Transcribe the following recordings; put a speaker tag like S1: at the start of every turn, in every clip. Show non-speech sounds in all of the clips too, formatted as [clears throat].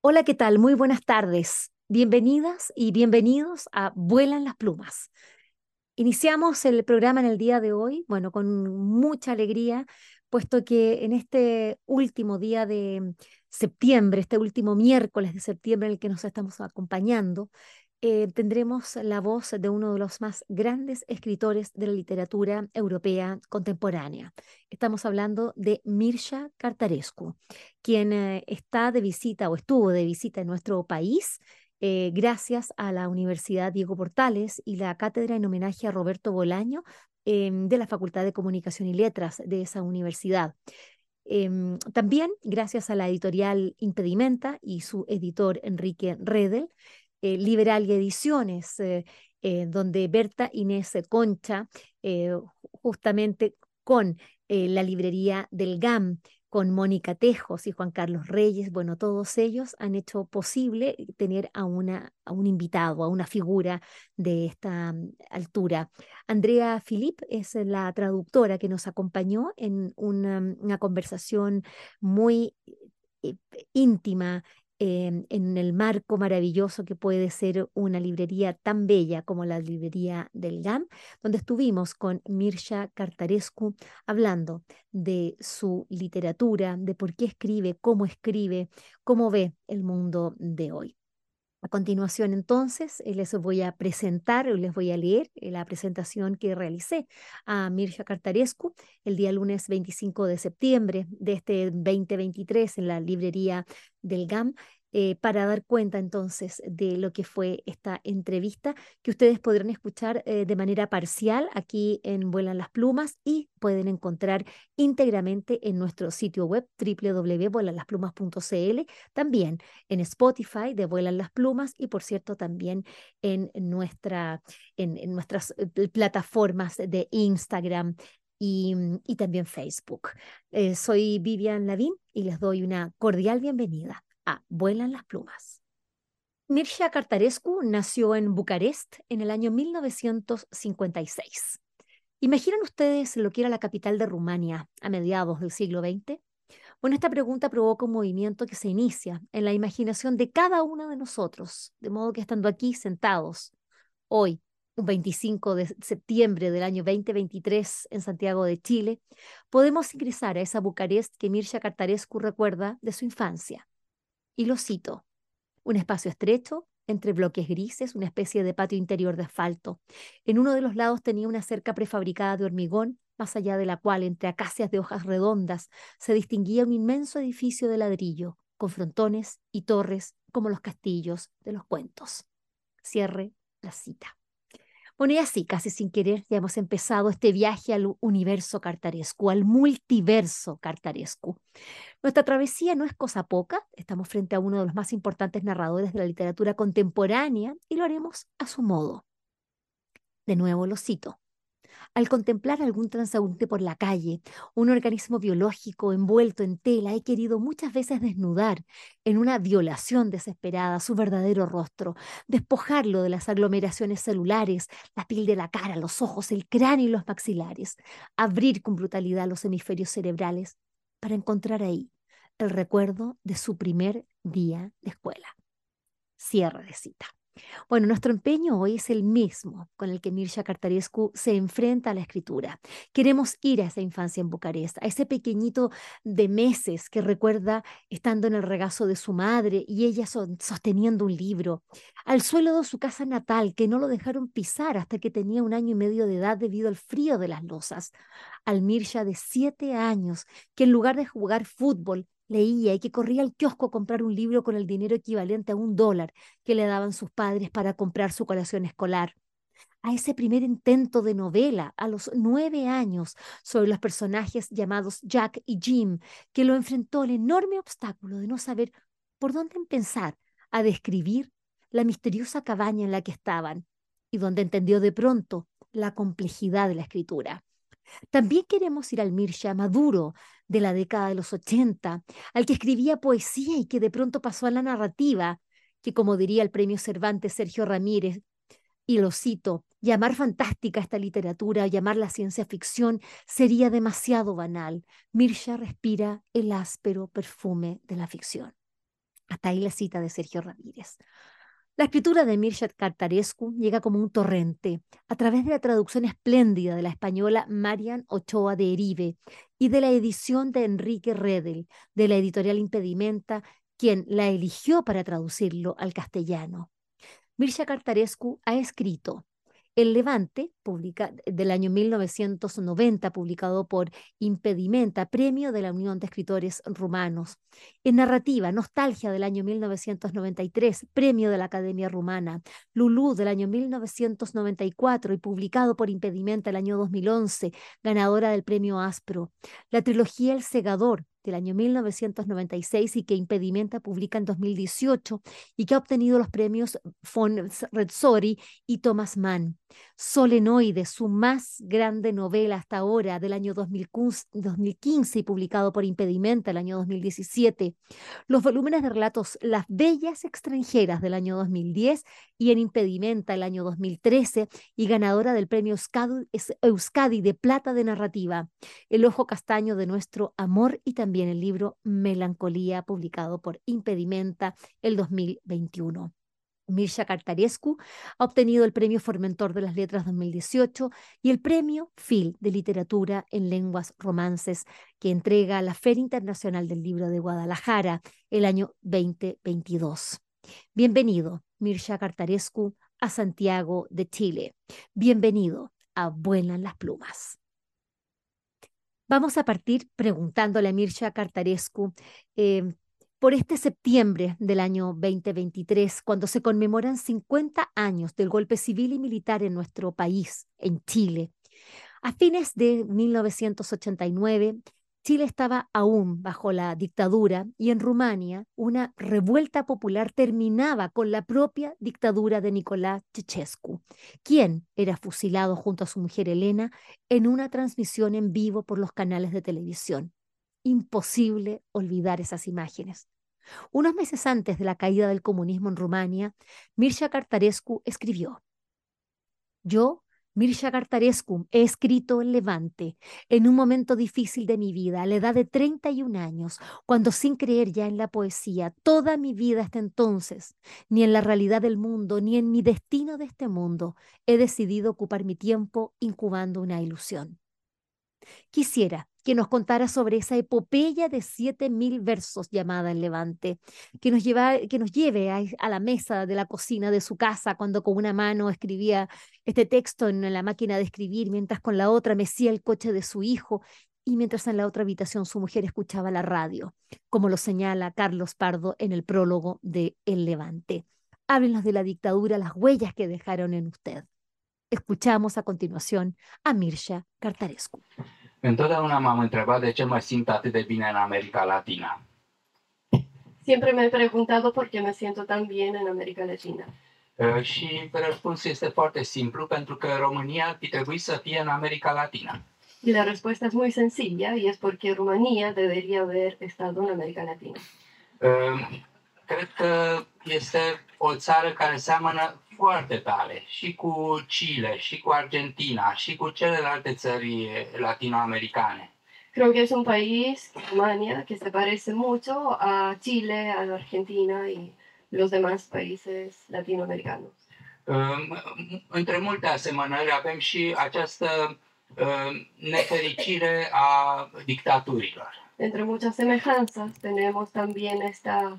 S1: Hola, ¿qué tal? Muy buenas tardes. Bienvenidas y bienvenidos a Vuelan las Plumas. Iniciamos el programa en el día de hoy, bueno, con mucha alegría, puesto que en este último día de septiembre, este último miércoles de septiembre en el que nos estamos acompañando, eh, tendremos la voz de uno de los más grandes escritores de la literatura europea contemporánea. Estamos hablando de Mircea Cartarescu, quien eh, está de visita o estuvo de visita en nuestro país eh, gracias a la Universidad Diego Portales y la cátedra en homenaje a Roberto Bolaño eh, de la Facultad de Comunicación y Letras de esa universidad. Eh, también gracias a la editorial Impedimenta y su editor Enrique Redel, eh, Liberal y Ediciones, eh, donde Berta Inés Concha, eh, justamente con eh, la librería del GAM, con Mónica Tejos y Juan Carlos Reyes, bueno, todos ellos han hecho posible tener a, una, a un invitado, a una figura de esta mm, altura. Andrea Filip es la traductora que nos acompañó en una, mm, una conversación muy eh, íntima, eh, en el marco maravilloso que puede ser una librería tan bella como la librería del GAM, donde estuvimos con Mircea Cartarescu hablando de su literatura, de por qué escribe, cómo escribe, cómo ve el mundo de hoy. A continuación, entonces, eh, les voy a presentar, les voy a leer eh, la presentación que realicé a Mirja Cartarescu el día lunes 25 de septiembre de este 2023 en la librería del GAM. Eh, para dar cuenta entonces de lo que fue esta entrevista que ustedes podrán escuchar eh, de manera parcial aquí en Vuelan las Plumas y pueden encontrar íntegramente en nuestro sitio web www.vuelanlasplumas.cl, también en Spotify de Vuelan las Plumas y por cierto también en, nuestra, en, en nuestras eh, plataformas de Instagram, y, y también Facebook. Eh, soy Vivian Lavín y les doy una cordial bienvenida a Vuelan las plumas. Mircea Cartarescu nació en Bucarest en el año 1956. ¿Imaginan ustedes lo que era la capital de Rumania a mediados del siglo XX? Bueno, esta pregunta provoca un movimiento que se inicia en la imaginación de cada uno de nosotros, de modo que estando aquí sentados hoy, un 25 de septiembre del año 2023 en Santiago de Chile, podemos ingresar a esa Bucarest que Mircea Cartarescu recuerda de su infancia y lo cito, un espacio estrecho entre bloques grises, una especie de patio interior de asfalto. En uno de los lados tenía una cerca prefabricada de hormigón, más allá de la cual, entre acacias de hojas redondas, se distinguía un inmenso edificio de ladrillo, con frontones y torres como los castillos de los cuentos. Cierre la cita. Bueno, y así, casi sin querer, ya hemos empezado este viaje al universo cartaresco, al multiverso cartaresco. Nuestra travesía no es cosa poca, estamos frente a uno de los más importantes narradores de la literatura contemporánea y lo haremos a su modo. De nuevo lo cito. Al contemplar algún transeúnte por la calle, un organismo biológico envuelto en tela, he querido muchas veces desnudar, en una violación desesperada, su verdadero rostro, despojarlo de las aglomeraciones celulares, la piel de la cara, los ojos, el cráneo y los maxilares, abrir con brutalidad los hemisferios cerebrales para encontrar ahí el recuerdo de su primer día de escuela. Cierre de cita. Bueno, nuestro empeño hoy es el mismo con el que Mircea Cartarescu se enfrenta a la escritura. Queremos ir a esa infancia en Bucarest, a ese pequeñito de meses que recuerda estando en el regazo de su madre y ella sosteniendo un libro, al suelo de su casa natal que no lo dejaron pisar hasta que tenía un año y medio de edad debido al frío de las losas, al Mircea de siete años que en lugar de jugar fútbol leía y que corría al kiosco a comprar un libro con el dinero equivalente a un dólar que le daban sus padres para comprar su colación escolar. A ese primer intento de novela, a los nueve años, sobre los personajes llamados Jack y Jim, que lo enfrentó el enorme obstáculo de no saber por dónde empezar a describir la misteriosa cabaña en la que estaban y donde entendió de pronto la complejidad de la escritura. También queremos ir al Mircea Maduro de la década de los 80, al que escribía poesía y que de pronto pasó a la narrativa, que como diría el premio Cervantes Sergio Ramírez, y lo cito, llamar fantástica esta literatura o llamarla ciencia ficción sería demasiado banal. Mircea respira el áspero perfume de la ficción. Hasta ahí la cita de Sergio Ramírez. La escritura de Mircea Cartarescu llega como un torrente a través de la traducción espléndida de la española Marian Ochoa de Eribe y de la edición de Enrique Redel de la editorial Impedimenta, quien la eligió para traducirlo al castellano. Mircea Cartarescu ha escrito El Levante, publica, del año 1990, publicado por Impedimenta, premio de la Unión de Escritores Rumanos. En narrativa, Nostalgia del año 1993, premio de la Academia Rumana. Lulú del año 1994 y publicado por Impedimenta el año 2011, ganadora del premio Aspro. La trilogía El Segador, del año 1996 y que Impedimenta publica en 2018 y que ha obtenido los premios von Rezzori y Thomas Mann. Solenoide, su más grande novela hasta ahora del año 2015 y publicado por Impedimenta el año 2017. Los volúmenes de relatos Las Bellas Extranjeras del año 2010 y en Impedimenta el año 2013 y ganadora del premio Euskadi de Plata de Narrativa. El Ojo Castaño de Nuestro Amor y también el libro Melancolía, publicado por Impedimenta el 2021. Mircea Cartarescu ha obtenido el Premio Formentor de las Letras 2018 y el Premio Phil de Literatura en Lenguas Romances que entrega la Feria Internacional del Libro de Guadalajara el año 2022. Bienvenido, Mircea Cartarescu, a Santiago de Chile. Bienvenido a Vuelan las Plumas. Vamos a partir preguntándole a Mircea Cartarescu eh, por este septiembre del año 2023, cuando se conmemoran 50 años del golpe civil y militar en nuestro país, en Chile. A fines de 1989, Chile estaba aún bajo la dictadura y en Rumania una revuelta popular terminaba con la propia dictadura de Nicolás Ceausescu, quien era fusilado junto a su mujer Elena en una transmisión en vivo por los canales de televisión. Imposible olvidar esas imágenes. Unos meses antes de la caída del comunismo en Rumania, Mircea Cartarescu escribió: Yo Mircea Cartarescu, he escrito El Levante en un momento difícil de mi vida, a la edad de 31 años, cuando sin creer ya en la poesía, toda mi vida hasta entonces, ni en la realidad del mundo, ni en mi destino de este mundo, he decidido ocupar mi tiempo incubando una ilusión. Quisiera que nos contara sobre esa epopeya de 7.000 versos llamada El Levante, que nos, lleva, que nos lleve a, a, la mesa de la cocina de su casa cuando con una mano escribía este texto en la máquina de escribir, mientras con la otra mecía el coche de su hijo y mientras en la otra habitación su mujer escuchaba la radio, como lo señala Carlos Pardo en el prólogo de El Levante. Háblenos de la dictadura, las huellas que dejaron en usted. Escuchamos a continuación a Mircea Cartarescu.
S2: Întotdeauna m-am întrebat de ce mă simt atât de bine în America Latina.
S3: Siempre me he preguntado por qué me siento tan bien en América Latina.
S2: Uh, și răspunsul este foarte simplu, pentru că România ar fi trebuit să fie în America Latina.
S3: Y la respuesta es muy sencilla y es porque Rumanía debería haber estado en América Latina.
S2: Uh, cred că este o țară care seamănă foarte tare și cu Chile, și cu Argentina, și cu celelalte țări latinoamericane.
S3: Creo que es un país, Rumania, que se parece mucho a Chile, a Argentina y los demás países latinoamericanos.
S2: Um, între multe asemănări avem și această um, nefericire a dictaturilor.
S3: Entre muchas semejanzas tenemos también esta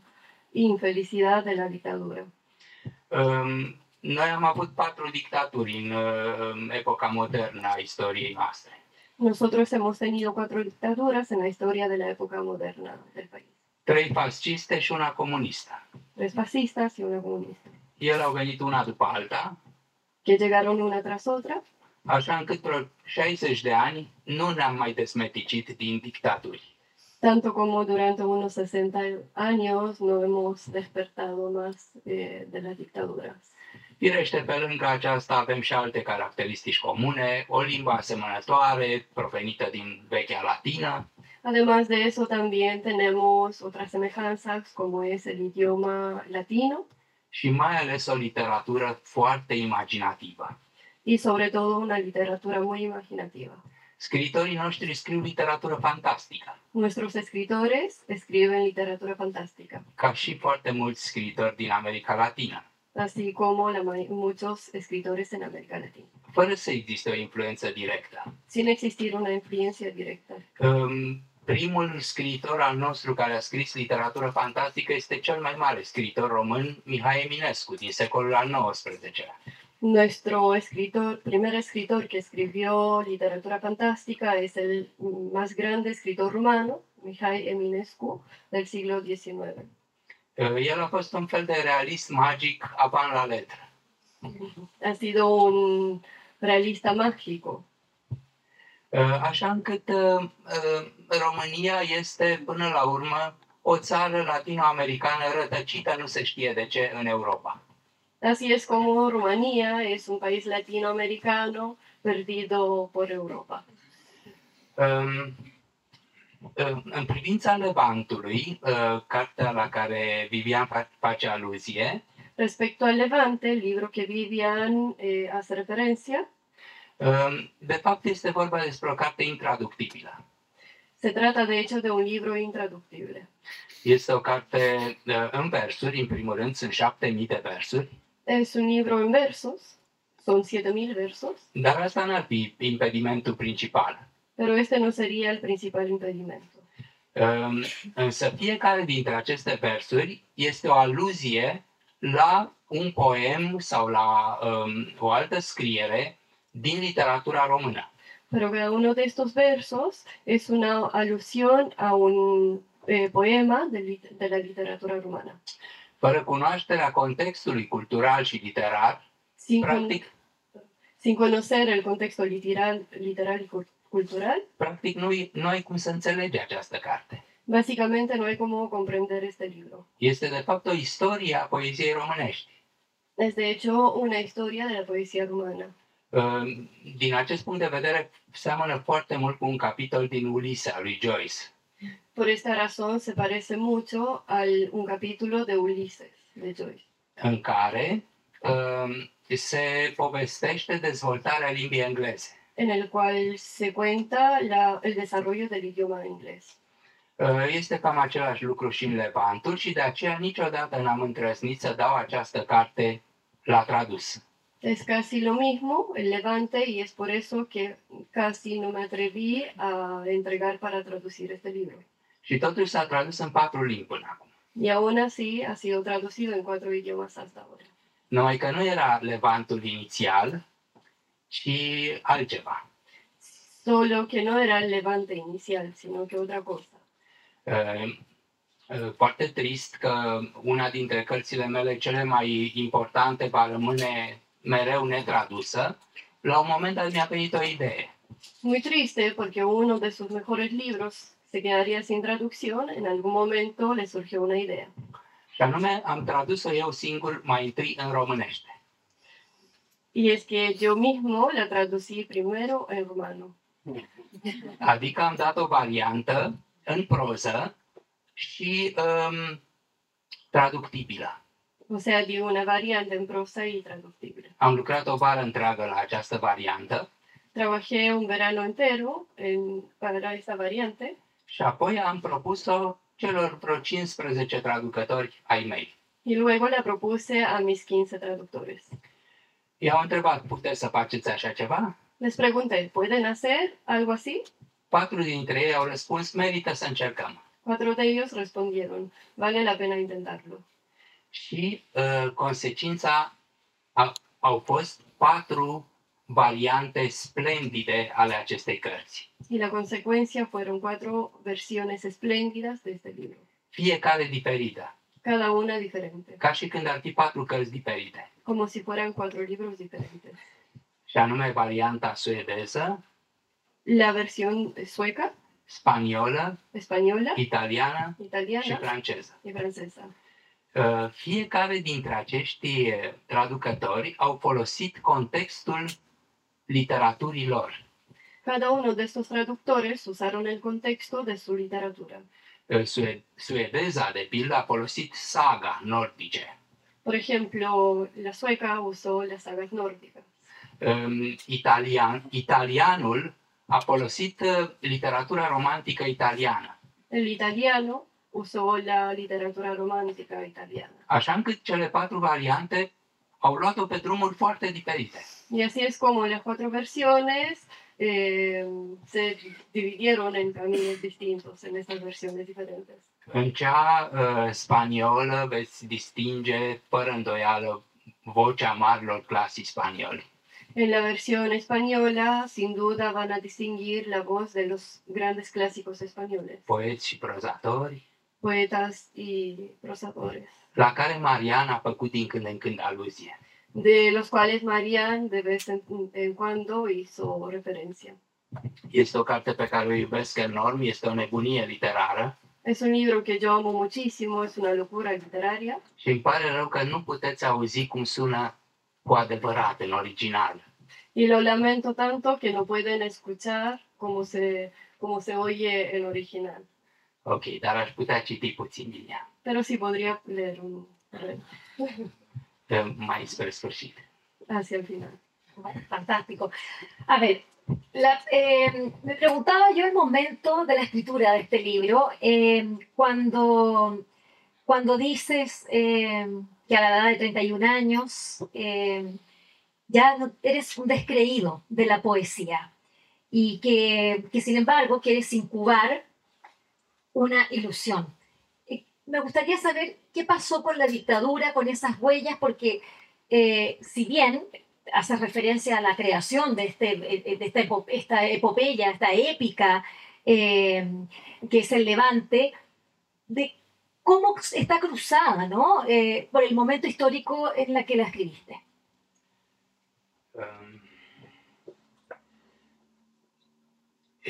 S3: infelicidad de la dictadura.
S2: Um, noi am avut patru dictaturi în uh, epoca modernă a istoriei noastre.
S3: Nosotros hemos tenido cuatro dictaduras en la historia de la época moderna del país.
S2: Trei fasciste și una comunistă.
S3: Tres fascistas y una comunista.
S2: Ele au venit una după alta,
S3: Que llegaron una tras otra,
S2: așa încât vreo 60 de ani nu ne-am mai desmeticit din dictaturi.
S3: tanto como durante unos 60 años no hemos despertado más eh, de las dictaduras.
S2: Firește, pe lângă aceasta avem și alte caracteristici comune, o limbă asemănătoare, provenită din vechea latină.
S3: Además de eso, también tenemos otras semejanzas, como es el idioma latino.
S2: Și mai ales o literatură foarte imaginativă.
S3: Y sobre todo una literatura muy imaginativa.
S2: Scriitorii noștri scriu literatură fantastică,
S3: Nuestros escritores escriben literatura fantástica,
S2: ca și foarte mulți scriitori din America Latină,
S3: así como la may- muchos escritores en América Latina,
S2: fără să existe o influență directă.
S3: sin existir una influencia directa.
S2: Um, primul scriitor al nostru care a scris literatură fantastică este cel mai mare scriitor român, Mihai Eminescu, din secolul al XIX-lea.
S3: Nuestro escritor, primer escritor que escribió literatura fantástica es el más grande escritor rumano, Mihai Eminescu, del siglo XIX.
S2: Uh, El a fost un fel de realist magic apan la letră.
S3: Ha sido un realista mágico,
S2: Uh, Așa încât uh, uh, România este, până la urmă, o țară latinoamericană rătăcită, nu se știe de ce, în Europa.
S3: Así es como Rumanía es un país latinoamericano perdido por Europa.
S2: Um, uh, În privința Levantului, uh, cartea la care Vivian fa- face aluzie,
S3: Respecto al Levante, el libro que Vivian eh, hace referencia,
S2: um, de fapt este vorba despre o carte intraductibilă.
S3: se trata de hecho de un libro intraductible.
S2: Este o carte uh, în versuri, în primul rând, sunt șapte mii de versuri,
S3: Es un libro en versos, son 7.000 versos,
S2: dar asta n-ar fi impedimentul principal.
S3: pero este no sería el principal impedimento.
S2: Um, Însă fiecare dintre aceste versuri este o aluzie la un poem sau la um, o altă scriere din literatura română.
S3: Pero cada uno de estos versos es una alusión a un eh, poema de lit- de la literatura rumana.
S2: Fără cunoașterea contextului cultural și literar,
S3: Sin con-
S2: practic,
S3: sin conocer el contexto literal, literal y cul- cultural,
S2: practic nu, nu ai cum să înțelegi această carte.
S3: básicamente no hay cómo comprender este libro.
S2: Este de fapt o istorie a poeziei românești.
S3: Es de hecho una historia de la poesía rumana.
S2: Um, Din acest punct de vedere, seamănă foarte mult cu un capitol din Ulise a lui Joyce.
S3: Por esta razón se parece mucho a un capítulo de Ulises de Joyce,
S2: în care um, se povestește dezvoltarea limbii engleze.
S3: en el cual se cuenta la- el desarrollo del idioma inglés.
S2: Uh, Este cam același lucru și în Levantul și de aceea niciodată n-am îndrăznit să dau această carte la tradus.
S3: Es casi lo mismo, el Levante, y es por eso que casi no me atreví a entregar para traducir este libro.
S2: Și totuși s-a tradus în patru limbi până acum.
S3: Y aún así ha sido traducido en cuatro idiomas hasta ahora.
S2: Numai că nu era Levantul inițial, ci altceva.
S3: Solo que no era el levante inicial, sino que otra cosa.
S2: Uh, uh, Foarte trist că una dintre cărțile mele cele mai importante va rămâne mereu netradusă. La un moment dat mi-a venit o idee.
S3: Muy triste porque uno de sus mejores libros se quedaría sin traducción. En algún momento le surgió una idea.
S2: Și anume, am tradus-o eu singur mai întâi în românește.
S3: Y es que yo mismo la traducí primero en rumano.
S2: Adică am dat o variantă în proză și um, traductibilă.
S3: O sea, di una variante en prosa y traductible.
S2: Am lucrat o vară întreagă la această variantă
S3: Trabajé un verano entero en- para esta variante
S2: și apoi am propus-o celor vreo 15 traducători ai mei.
S3: y luego la propuse a mis 15 traductores.
S2: I-au întrebat, puteți să faceți așa ceva?
S3: Les pregunté, ¿pueden hacer algo así?
S2: Patru dintre ei au răspuns, merită să încercăm.
S3: Cuatro de ellos respondieron, vale la pena intentarlo.
S2: Și uh, consecința a, au fost patru variante splendide ale acestei cărți.
S3: Y la consecuencia fueron cuatro versiones espléndidas de este libro,
S2: Fiecare diferită,
S3: cada una diferente,
S2: ca și când ar fi patru cărți diferite.
S3: como si fueran cuatro libros diferentes.
S2: Și anume varianta suedeză,
S3: La versión sueca,
S2: spaniolă,
S3: española,
S2: italiană și
S3: italiana
S2: franceză.
S3: y francesa.
S2: Uh, Fiecare dintre acești uh, traducători au folosit contextul literaturii lor.
S3: Cada uno de estos traductores usaron el contexto de su literatura.
S2: Uh, sue- Suedeza, de pildă, a folosit saga nordice.
S3: Por ejemplo, la sueca usó las sagas nórdicas.
S2: um, italian, Ă, italianul a folosit uh, literatura romantică italiană,
S3: El italiano usó la literatura romántica italiana.
S2: așa încât cele patru variante au luat-o pe drumuri foarte diferite.
S3: Y así es como las cuatro versiones eh, se dividieron en caminos distintos, en estas versiones diferentes.
S2: În cea uh, spaniolă veți distinge fără îndoială vocea marilor clasii spanioli.
S3: En la versión española, sin duda, van a distinguir la voz de los grandes clásicos españoles,
S2: poeți și prozatori,
S3: poetas y prosadores,
S2: la care Marian a făcut din când în când aluzie.
S3: de los cuales Marianne de vez en, en cuando hizo referencia.
S2: Este o carte pe care o iubesc enorm, este o nebunie literară
S3: Es un libro que yo amo muchísimo, es una locura literaria,
S2: și îmi pare rău că nu puteți auzi cum sună cu adevărat în original.
S3: y lo lamento tanto que no pueden escuchar cómo se, cómo se oye el original,
S2: Ok, dar aș putea citi puțin din ea,
S3: pero sí podría leer un
S2: pe- mai spre sfârșit.
S3: hacia el final.
S4: Bueno, fantástico. A ver, la- eh, me preguntaba yo el momento de la escritura de este libro, eh, cuando, cuando dices eh, que a la edad de 31 años eh, ya no- eres un descreído de la poesía y que, que, sin embargo quieres incubar una ilusión. Eh, Me gustaría saber qué pasó con la dictadura, con esas huellas, porque eh, si bien haces referencia a la creación de, este, eh, de esta, epo- esta epopeya, esta épica, eh, que es el Levante, de cómo está cruzada ¿no? Eh, por el momento histórico en la que la escribiste.
S2: Um,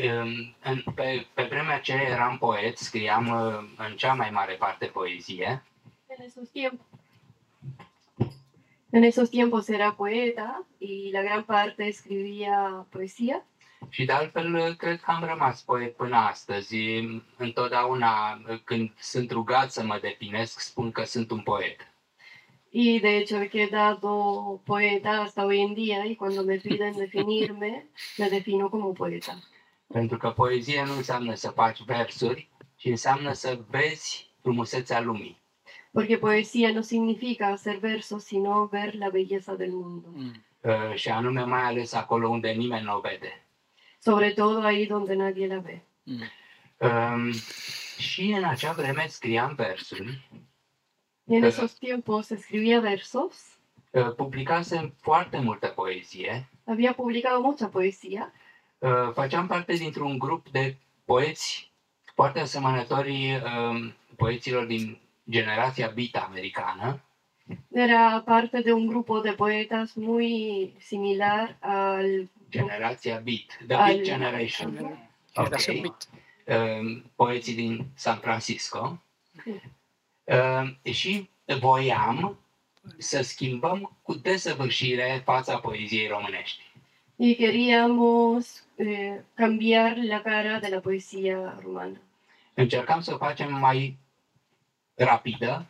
S2: um, în- Pe, pe vremea ce eram poet, scriam uh, în cea mai mare parte poezie,
S3: En esos tiempos. En esos tiempos era poeta y la gran parte escribía poesía.
S2: Și de altfel, cred că am rămas poet până astăzi. Întotdeauna, când sunt rugat să mă definesc, spun că sunt un poet.
S3: Y de hecho he quedado poeta hasta hoy en día y cuando me piden definirme, me defino como poeta.
S2: Pentru că poezie nu înseamnă să faci versuri, ci înseamnă să vezi frumusețea lumii.
S3: Porque poesía no significa hacer versos, sino ver la belleza del mundo.
S2: Uh, Și anume, mai ales acolo unde nimeni nu o vede.
S3: Sobre todo ahí donde nadie la ve.
S2: Um, Și în acea vreme scriam versuri.
S3: Y en
S2: Ajá.
S3: esos tiempos escribía versos,
S2: Uh, Publicasem foarte multă poezie.
S3: había publicado mucha poesía
S2: Uh, Făceam parte dintr-un grup de poeți foarte asemănători um, poeților din generația Beat americană.
S3: Era parte de un grupo de poetas muy similar al...
S2: generația Beat, The
S3: Al-
S2: Beat Generation, Ok.
S5: Generación Beat.
S2: uh, poeții din San Francisco. Uh, și voiam să schimbăm cu desăvârșire fața poeziei românești.
S3: Y queríamos eh, cambiar la cara de la poesía rumana.
S2: Încercam să o facem mai rapidă,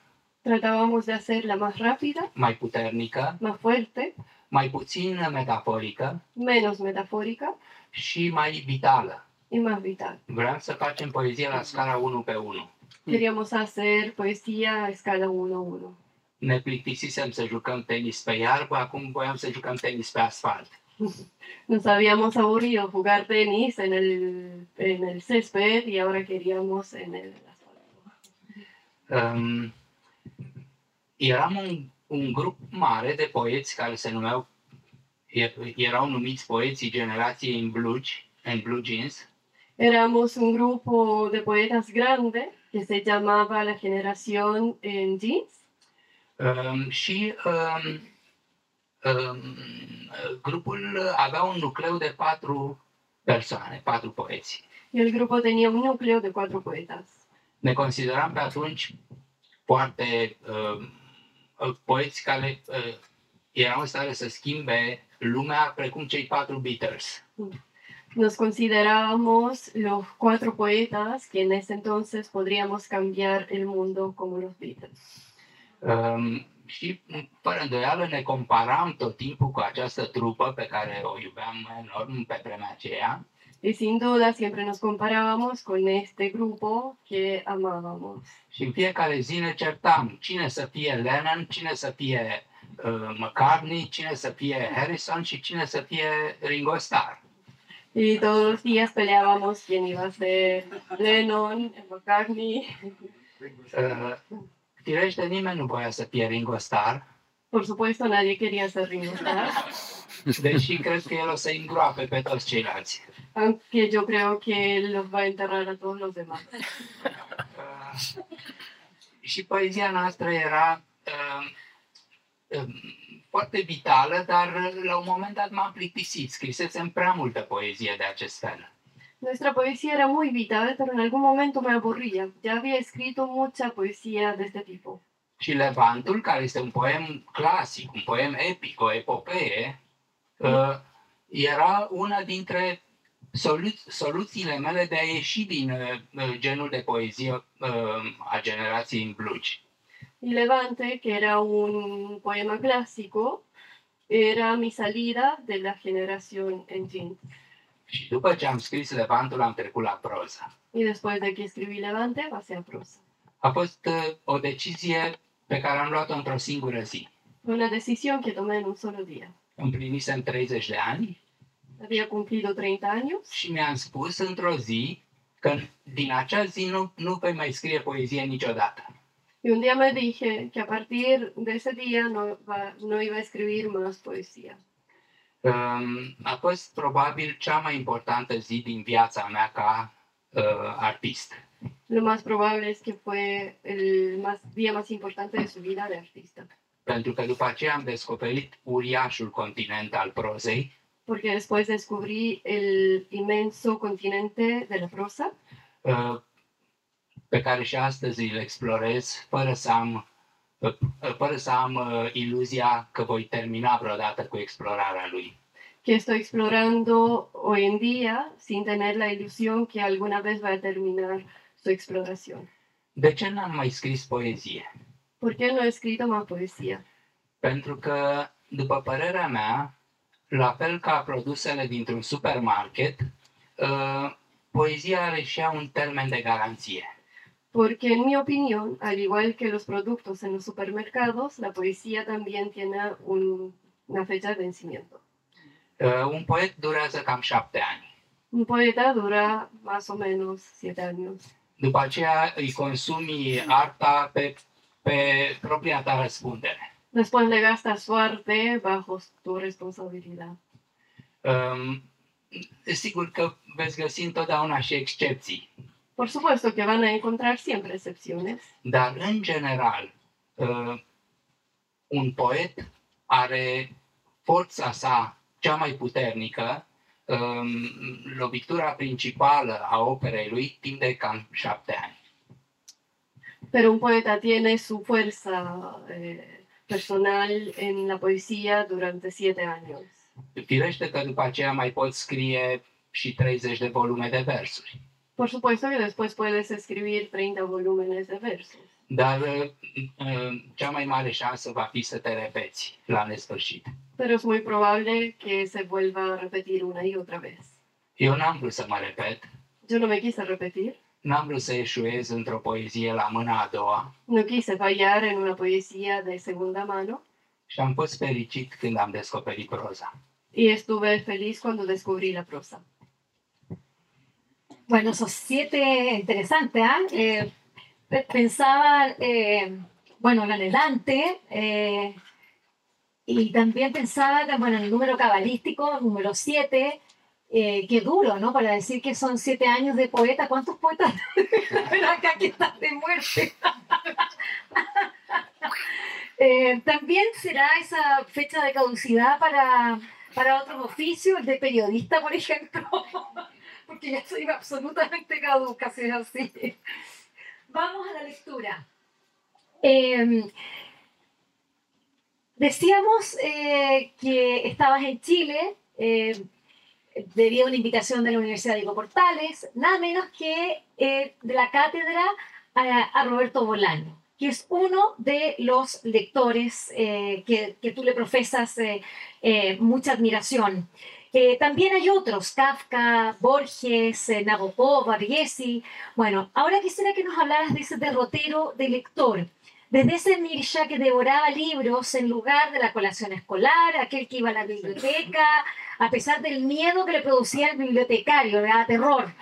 S3: Tratábamos de hacerla más rápida,
S2: mai puternică,
S3: más fuerte,
S2: mai puțin metaforică
S3: menos metafórica
S2: și mai vitală.
S3: y más vital.
S2: Vreau să facem poezie la scara 1 pe 1.
S5: Mm.
S3: Queríamos hacer poesía a escala 1-1.
S2: Ne plictisisem să jucăm tenis pe iarbă, acum voiam să jucăm tenis pe asfalt.
S3: Nos habíamos aburrido jugar tenis en el, en el césped y ahora queríamos en el asfalto.
S2: Um, eram un, un grup mare de poeți care se numeau, e- erau numiți poeții generației în blugi, în blue jeans,
S3: Éramos un grupo de poetas grande que se llamaba la generación en jeans
S2: um, și um, um, grupul avea un nucleu de patru persoane, patru poeți.
S3: y el grupo tenía un núcleo de cuatro poetas.
S2: Ne consideram pe atunci foarte um, poeți care uh, erau în stare să schimbe lumea precum cei patru Beatles.
S3: Nos considerábamos los cuatro poetas que en ese entonces podríamos cambiar el mundo como los Beatles.
S2: Um, și, fără îndoială, ne comparam tot timpul cu această trupă pe care o iubeam enorm pe vremea aceea
S3: Y sin duda siempre nos comparábamos con este grupo que amábamos.
S2: Și în fiecare zi ne certam cine să fie Lennon, cine să fie uh, McCartney, cine să fie Harrison și cine să fie Ringo Starr.
S3: Y todos los días peleábamos quién iba a ser Lennon, McCartney. [laughs]
S2: Uh, firește, nimeni nu voia să fie Ringo Starr,
S3: Por supuesto, nadie quería ser Ringo Starr,
S2: [laughs] deși cred că el o să îngroape pe toți ceilalți.
S3: aunque yo creo que él los va a enterrar a todos los demás.
S2: Uh, și poezia noastră era uh, um, foarte vitală, dar uh, la un moment dat m-am plictisit. Scrisesem prea multă poezie de acest fel.
S3: Nuestra poesía era muy vital, pero en algún momento me aburría. Ya había escrito mucha poesía de este tipo.
S2: Și Levantul, care este un poem clasic, un poem epic, o epopee, uh, era una dintre solu- soluțiile mele de a ieși din uh, uh, genul de poezie uh, a generației în blugi.
S3: Y Levante, que era un poema clásico, era mi salida de la generación en jean.
S2: Și după ce am scris Levantul, am trecut la proză.
S3: Y después de que escribí Levante, pasé a prosa.
S2: A fost uh, o decizie pe care am luat-o într-o singură zi.
S3: Fue una decisión que tomé en un solo día.
S2: Împlinisem 30 de ani
S3: Había cumplido 30 años
S2: și mi-am spus într-o zi că din acea zi nu, nu vei mai scrie poezie niciodată.
S3: y un día me dije que a partir de ese día no, va- no iba a escribir más poesía.
S2: Um, A fost probabil cea mai importantă zi din viața mea ca uh, artist.
S3: Lo más probable es que fue el más, día más importante de su vida de artista,
S2: Pentru că după aceea am descoperit uriașul continent al prozei
S3: porque después descubrí el inmenso continente de la prosa
S2: uh, pe care și astăzi îl explorez fără să am, uh, fără să am uh, iluzia că voi termina vreodată cu explorarea lui.
S3: que estoy explorando hoy en día sin tener la ilusión que alguna vez va a terminar su exploración.
S2: De ce n-am mai scris poezie?
S3: ¿Por qué no he escrito más poesía?
S2: Pentru că, după părerea mea, la fel ca produsele dintr-un supermarket, uh, poezia are și ea un termen de garanție.
S3: Porque en mi opinión, al igual que los productos en los supermercados, la poesía también tiene un- una fecha de vencimiento.
S2: Uh, Un poet durează cam șapte ani.
S3: Un poeta dura más o menos siete años.
S2: După aceea îi consumi arta pe, pe propria ta răspundere.
S3: Después le gastas su arte bajo tu responsabilidad.
S2: Um, Sigur că veți găsi întotdeauna și excepții,
S3: Por supuesto que van a encontrar siempre excepciones,
S2: dar în general uh, un poet are forța sa cea mai puternică, um, lovitura principală a operei lui timp de cam șapte ani.
S3: pero un poeta tiene su fuerza eh, personal en la poesía durante siete años.
S2: Firește că după aceea mai poți scrie și 30 de volume de versuri,
S3: Por supuesto que después puedes escribir 30 volúmenes de versos.
S2: dar uh, uh, cea mai mare șansă va fi să te repeți la nesfârșit.
S3: pero es muy probable que se vuelva a repetir una y otra vez.
S2: Eu n-am vrut să mă repet,
S3: Yo no me quise repetir,
S2: n-am vrut să eșuez într-o poezie la mâna a doua,
S3: no quise fallar en una poesía de segunda mano
S2: Și am fost fericit când am descoperit proza.
S3: y estuve feliz cuando descubrí la prosa.
S4: Bueno, esos siete interesantes, ¿ah? Eh, pe- pensaba, eh, bueno, en el Dante, eh, y también pensaba, que, bueno, en el número cabalístico, número siete, eh, qué duro, ¿no? Para decir que son siete años de poeta, ¿cuántos poetas? [laughs] Pero acá que estás de muerte. [laughs] Eh, también será esa fecha de caducidad para, para otros oficios, el de periodista, por ejemplo. [laughs] porque ya estoy absolutamente caduca, si es así. Vamos a la lectura. Eh, decíamos eh, que estabas en Chile eh, debido a una invitación de la Universidad de Diego Portales, nada menos que eh, de la cátedra a, a Roberto Bolaño, que es uno de los lectores eh, que, que tú le profesas eh, eh, mucha admiración. Eh, también hay otros, Kafka, Borges, eh, Nabokov, Barghesi. Bueno, ahora quisiera que nos hablaras de ese derrotero de lector, desde ese Mircha que devoraba libros en lugar de la colación escolar, aquel que iba a la biblioteca, a pesar del miedo que le producía el bibliotecario, ¿verdad? Terror.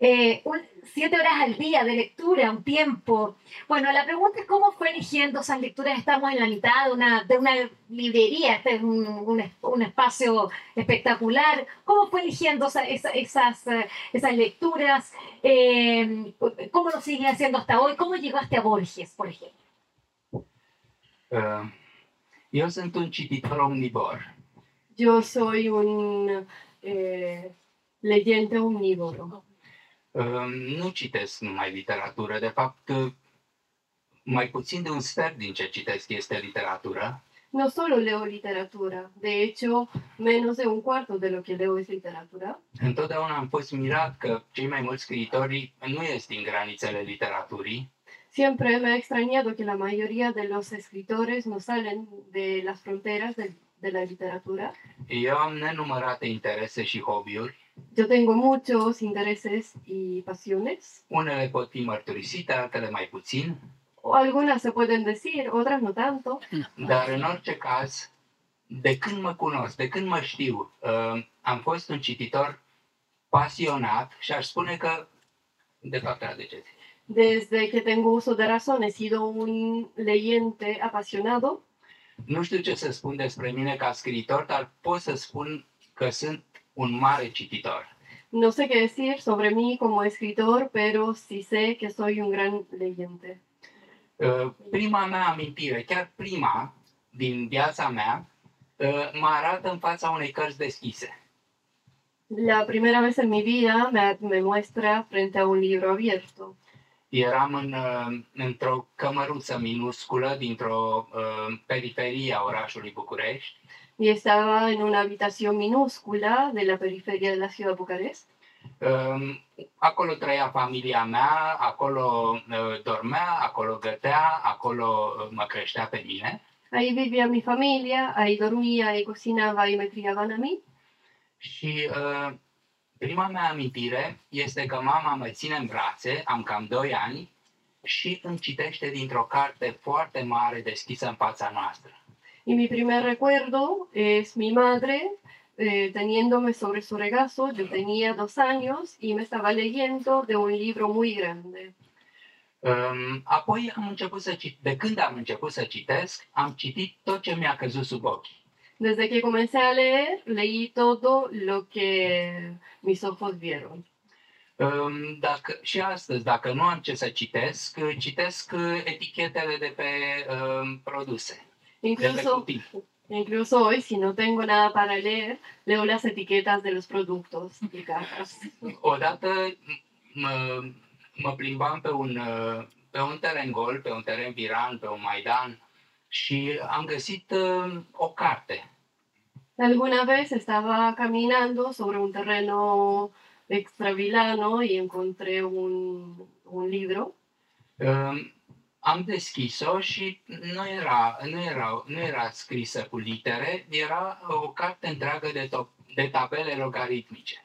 S4: Eh, un- siete horas al día de lectura, un tiempo. Bueno, la pregunta es cómo fue eligiendo esas lecturas. Estamos en la mitad de una, de una librería, este es un, un es- un espacio espectacular. ¿Cómo fue eligiendo esa- esa- esas, eh, esas lecturas? Eh, ¿Cómo lo sigue haciendo hasta hoy? ¿Cómo llegaste a Borges, por ejemplo?
S2: Uh, eu sunt un cititor omnivor.
S3: Yo soy un eh, leyente omnívoro.
S2: Uh, nu citesc numai literatură. De fapt, uh, mai puțin de un sfert din ce citesc este literatură.
S3: No solo leo literatura, de hecho, menos de un cuarto de lo que leo es literatura.
S2: Întotdeauna am fost mirat că cei mai mulți scriitori nu ies din granițele literaturii,
S3: Siempre me ha extrañado que la mayoría de los escritores no salen de las fronteras de, de la literatura.
S2: Eu am nenumărate interese și hobby-uri.
S3: Yo tengo muchos intereses y pasiones.
S2: Unele pot fi mărturisite, altele mai puțin,
S3: O algunas se pueden decir, otras no tanto.
S2: dar în orice caz, de când mă cunosc, de când mă știu, uh, am fost un cititor pasionat și aș spune că, de fapt, traduceți,
S3: Desde que tengo uso de razón he sido un leyente apasionado.
S2: nu știu ce să spun despre mine ca scriitor, dar pot să spun că sunt un mare cititor.
S3: No sé qué decir sobre mí como escritor, pero sí sé que soy un gran leyente.
S2: Uh, Prima mea amintire, chiar prima din viața mea, uh, mă arată în fața unei cărți deschise.
S3: La primera vez en mi vida me, me muestra frente a un libro abierto.
S2: Eram în, uh, într-o cămăruță minusculă dintr-o uh, periferie a orașului București.
S3: Y estaba en una habitación minúscula de la periferia de la ciudad de Bucarest.
S2: Um, Acolo trăia familia mea, acolo uh, dormea, acolo gătea, acolo uh, mă creștea pe mine
S3: Ahí vivía mi familia, ahí dormía, ahí cocinaba y me criaban a mí.
S2: și uh, prima mea amintire este că mama mă ține în brațe, am cam 2 ani, și îmi citește dintr-o carte foarte mare deschisă în fața noastră.
S3: Y mi primer recuerdo es mi madre eh, teniéndome sobre su regazo. Yo tenía dos años y me estaba leyendo de un libro muy grande.
S2: Um, Apoi am început să cit- de când am început să citesc, am citit tot ce mi-a căzut sub ochi.
S3: Desde que comencé a leer, leí todo lo que mis ojos vieron.
S2: Um, Dacă, și astăzi, dacă nu am ce să citesc, uh, citesc uh, etichetele de pe um, produse, de pe
S3: Incluso,
S2: cutii.
S3: incluso hoy, si no tengo nada para leer, leo las etiquetas de los productos y cajas.
S2: Odată m- mă, mă plimbam pe un, uh, pe un teren gol, pe un teren viran, pe un maidan și am găsit uh, o carte.
S3: Alguna vez estaba caminando sobre un terreno extravilano y encontré un, un libro.
S2: Um, Am deschis-o și nu era, nu, era, nu era scrisă cu litere, era o carte întreagă de, to- de tabele logaritmice.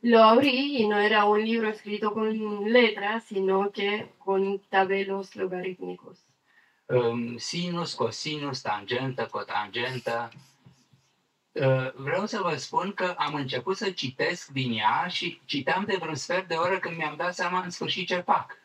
S3: Lo abrí y no era un libro escrito con letras, sino que con tabelos logarítmicos.
S2: um, sinus, cosinus, tangentă, cotangentă. Uh, Vreau să vă spun că am început să citesc din ea și citeam de vreun sfert de oră când mi-am dat seama în sfârșit ce fac.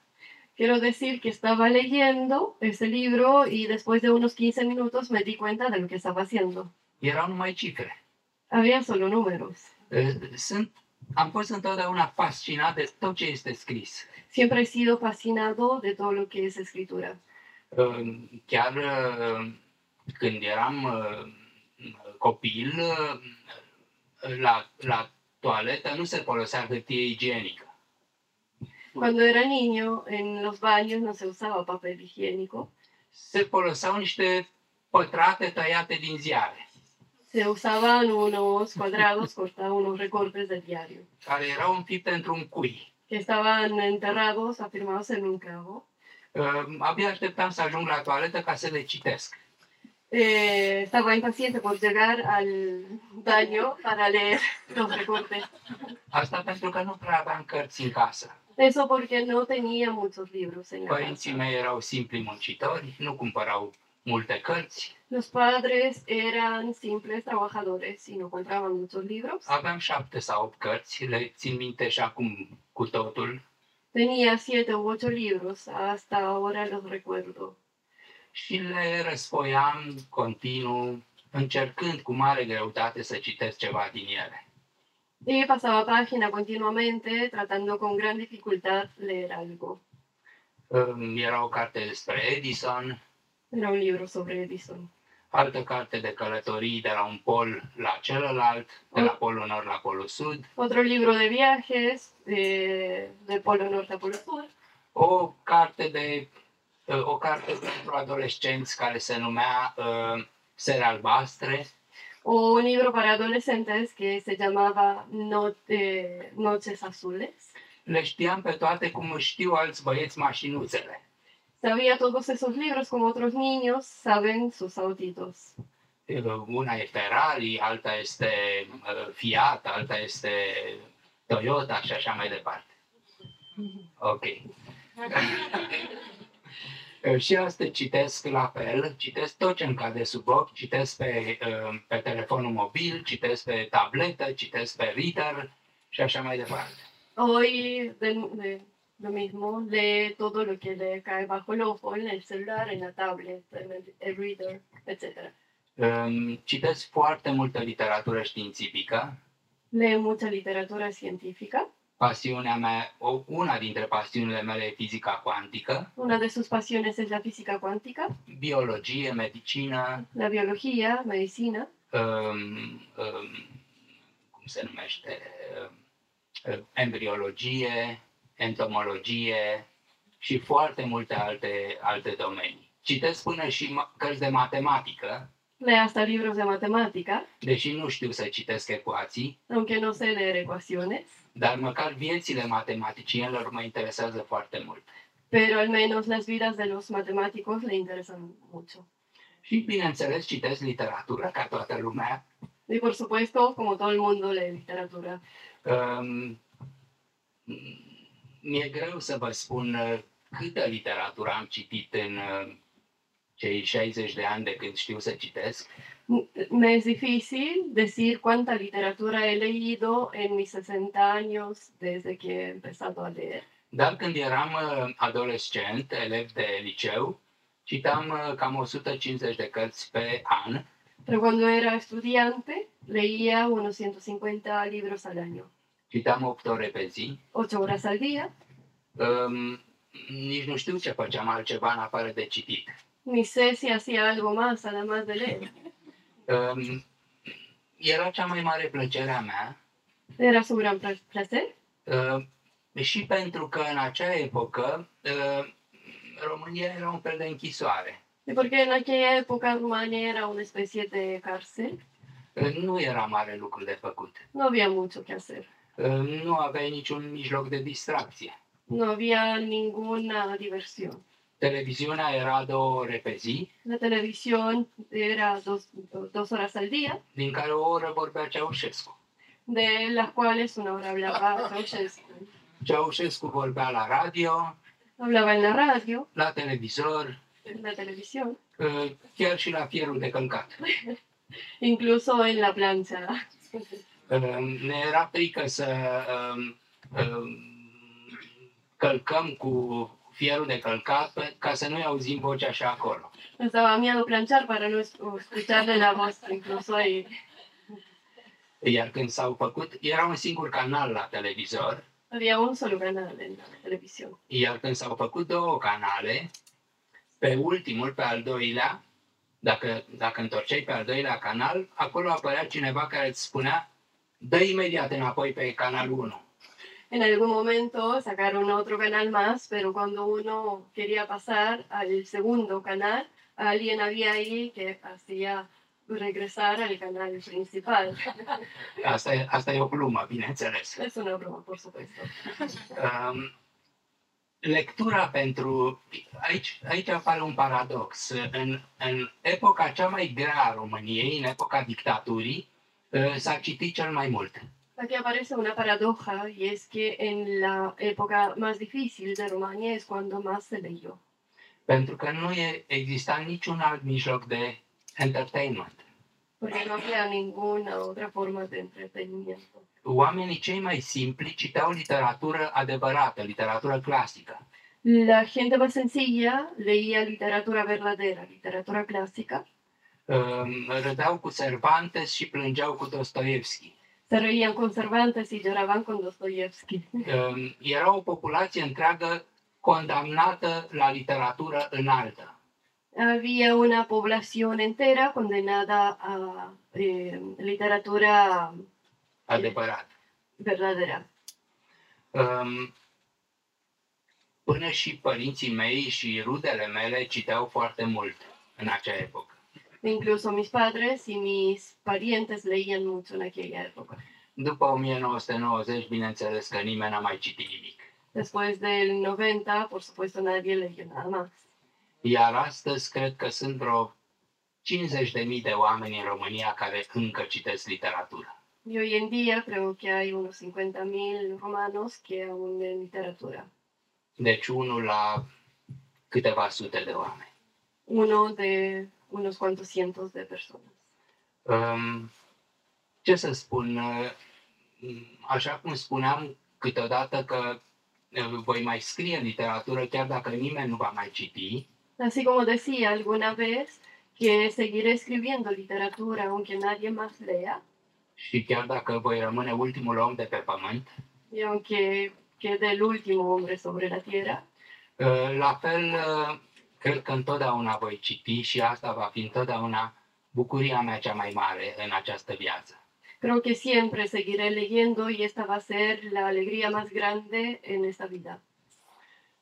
S3: Quiero decir que estaba leyendo ese libro y después de unos 15 minutos me di cuenta de lo que estaba haciendo.
S2: Erau numai cifre.
S3: Había solo números.
S2: Uh, Sunt, am fost întotdeauna fascinat de tot ce este scris.
S3: Siempre he sido fascinado de todo lo que es escritura.
S2: Uh, Chiar uh, când eram uh, copil, uh, la, la toaletă nu se folosea hârtie igienică.
S3: Cuando era niño, en los baños no se usaba papel higiénico,
S2: se foloseau niște pătrate tăiate din ziare,
S3: se usaban unos cuadrados cortados, unos recortes del diario,
S2: care erau înfipte într-un cui.
S3: que estaban enterrados, afirmados en un cabo.
S2: Ehm, Uh, Abia așteptam să ajung la toaletă ca să le citesc.
S3: eh, estaba impaciente por llegar al baño para leer [laughs] los recortes.
S2: Asta pentru că nu prea aveam cărți în casă.
S3: Eso porque no tenía muchos libros en la
S2: Părinții
S3: casa.
S2: mei erau simpli muncitori, nu cumpărau multe cărți.
S3: Los padres eran simples trabajadores y no compraban muchos libros.
S2: Aveam șapte sau opt cărți, le țin minte și acum cu totul.
S3: Tenía siete u ocho libros, hasta ahora los recuerdo.
S2: și le răsfoiam continuu, încercând cu mare greutate să citesc ceva din ele.
S3: Y pasaba página continuamente, tratando con gran dificultad leer algo.
S2: Um, Era o carte despre Edison,
S3: Era un libro sobre Edison.
S2: altă carte de călătorii de la un pol la celălalt, de la polul nord la polul sud,
S3: Otro libro de viajes, de, de Polo Norte a Polo Sur.
S2: o carte de uh, o carte pentru adolescenți care se numea uh, Sere albastre,
S3: O un libro para adolescentes que se llamaba No- eh, Noches Azules.
S2: le știam pe toate cum își știu alți băieți mașinuțele.
S3: Sabía todos esos libros como otros niños saben sus autitos.
S2: Uh, Una e Ferrari, alta este uh, Fiat, alta este Toyota și așa mai departe. Ok. Uh, și astăzi citesc la fel, citesc tot ce îmi cade sub ochi, citesc pe, uh, pe telefonul mobil, citesc pe tabletă, citesc pe reader și așa mai departe.
S3: Hoy de, de- lo mismo, lee todo lo que le cae bajo el ojo, en el celular, en la tablet, en el, el reader, etc.
S2: Um, Citesc foarte multă literatură științifică.
S3: Lee mucha literatura científica.
S2: Pasiunea mea, o- una dintre pasiunile mele e fizica cuantică.
S3: Una de sus pasiones es la física cuántica,
S2: biologie, medicină,
S3: la biología, medicina,
S2: um, um, cum se numește, um, embriologie, entomologie și foarte multe alte, alte domenii. Citesc până și ma- cărți de matematică,
S3: lee hasta libros de matemática,
S2: deși nu știu să citesc ecuații,
S3: aunque no sé leer ecuaciones.
S2: dar măcar viețile matematicienilor mă interesează foarte mult.
S3: pero al menos las vidas de los matemáticos le interesan mucho.
S2: Și, bineînțeles, citesc literatură ca toată lumea,
S3: Y por supuesto, como todo el mundo lee literatura.
S2: Um, mi-e greu să vă spun uh, câtă literatură am citit în uh, cei 60 de ani de când știu să citesc,
S3: M- Me es difícil decir cuánta literatura he leído en mis 60 años desde que he empezado a leer.
S2: dar când eram uh, adolescent, elev de liceu, citam uh, cam 150 de cărți pe an,
S3: Pero cuando era estudiante, leía unos 150 libros al año,
S2: citeam 8 ore pe zi,
S3: 8 horas al día.
S2: um, nici nu știu ce făceam altceva în afară de citit.
S3: Ni sé si hacía algo más, además de leer.
S2: Um, era cea mai mare plăcere a mea
S3: Era su gran pla- placer.
S2: Uh, și pentru că în acea epocă uh, România era un fel de închisoare.
S3: Y porque en aquella época Rumania era una especie de cárcel,
S2: Uh, Nu era mare lucru de făcut.
S3: no había mucho que hacer.
S2: Uh, Nu aveai niciun mijloc de distracție.
S3: No había ninguna diversión.
S2: Televiziunea era două ore pe zi,
S3: La televisión era dos, do- dos horas al día,
S2: din care o oră vorbea Ceaușescu.
S3: de las cuales una hora hablaba Ceausescu.
S2: Ceaușescu vorbea la radio,
S3: Hablaba en la radio,
S2: la televizor,
S3: en la televisión,
S2: uh, chiar și la fierul de călcat.
S3: incluso en la plancha. [laughs]
S2: Uh, Ne era frică să um, um, călcăm cu fierul de călcat pe- ca să nu-i auzim vocea așa acolo.
S3: Nos daba miedo planchar para no es- escucharle la voz, incluso ahí.
S2: Iar când s-au făcut, era un singur canal la televizor,
S3: Había un solo canal en la televisión.
S2: iar când s-au făcut două canale, pe ultimul, pe al doilea, dacă, dacă întorceai pe al doilea canal, acolo apărea cineva care îți spunea dă imediat înapoi pe canalul 1.
S3: En algún momento sacaron otro canal más, pero cuando uno quería pasar al segundo canal, alguien había ahí que hacía regresar al canal principal. [laughs]
S2: Asta e, asta e o glumă, bineînțeles.
S3: Es una broma, por supuesto.
S2: Um, lectura pentru... Aici, aici apare un paradox. În, în epoca cea mai grea a României, în epoca dictaturii, uh, s-a citit cel mai mult.
S3: Aquí aparece una paradoja y es que en la época más difícil de Rumania es cuando más se leyó,
S2: Pentru că nu e, exista niciun alt mijloc de entertainment.
S3: porque no había ninguna otra forma de entretenimiento.
S2: Oamenii cei mai simpli citeau literatură adevărată, literatură clasică.
S3: La gente más sencilla leía literatura verdadera, literatura clásica,
S2: Um, Râdeau cu Cervantes și plângeau cu Dostoevski.
S3: se reían con Cervantes y lloraban con Dostoyevsky.
S2: Um, Era o populație întreagă condamnată la literatură înaltă.
S3: Había una población entera condenada a eh, literatura
S2: Adevărat.
S3: verdadera.
S2: Um, până și părinții mei și rudele mele citeau foarte mult în acea epocă.
S3: Incluso mis padres y mis parientes leían mucho en aquella época.
S2: După 1990, bineînțeles că nimeni n-a mai citit nimic.
S3: Después del 90, por supuesto, nadie leyó nada más.
S2: Iar astăzi cred că sunt vreo 50.000 de oameni în România care încă citesc literatură.
S3: Y hoy en día creo que hay unos 50.000 romanos que aún leen literatura.
S2: Deci unul la câteva sute de oameni.
S3: Uno de unos cuantos cientos de personas.
S2: Um, ce să spun? uh, Așa cum spuneam câteodată că uh, voi mai scrie literatură chiar dacă nimeni nu va mai citi,
S3: Así como decía alguna vez que seguiré escribiendo literatura aunque nadie más lea
S2: și chiar dacă voi rămâne ultimul om de pe pământ,
S3: y aunque quede el último hombre sobre la tierra.
S2: uh, la fel uh, cred că întotdeauna voi citi și asta va fi întotdeauna bucuria mea cea mai mare în această viață.
S3: Creo que siempre seguiré leyendo y esta va a ser la alegría más grande en esta vida.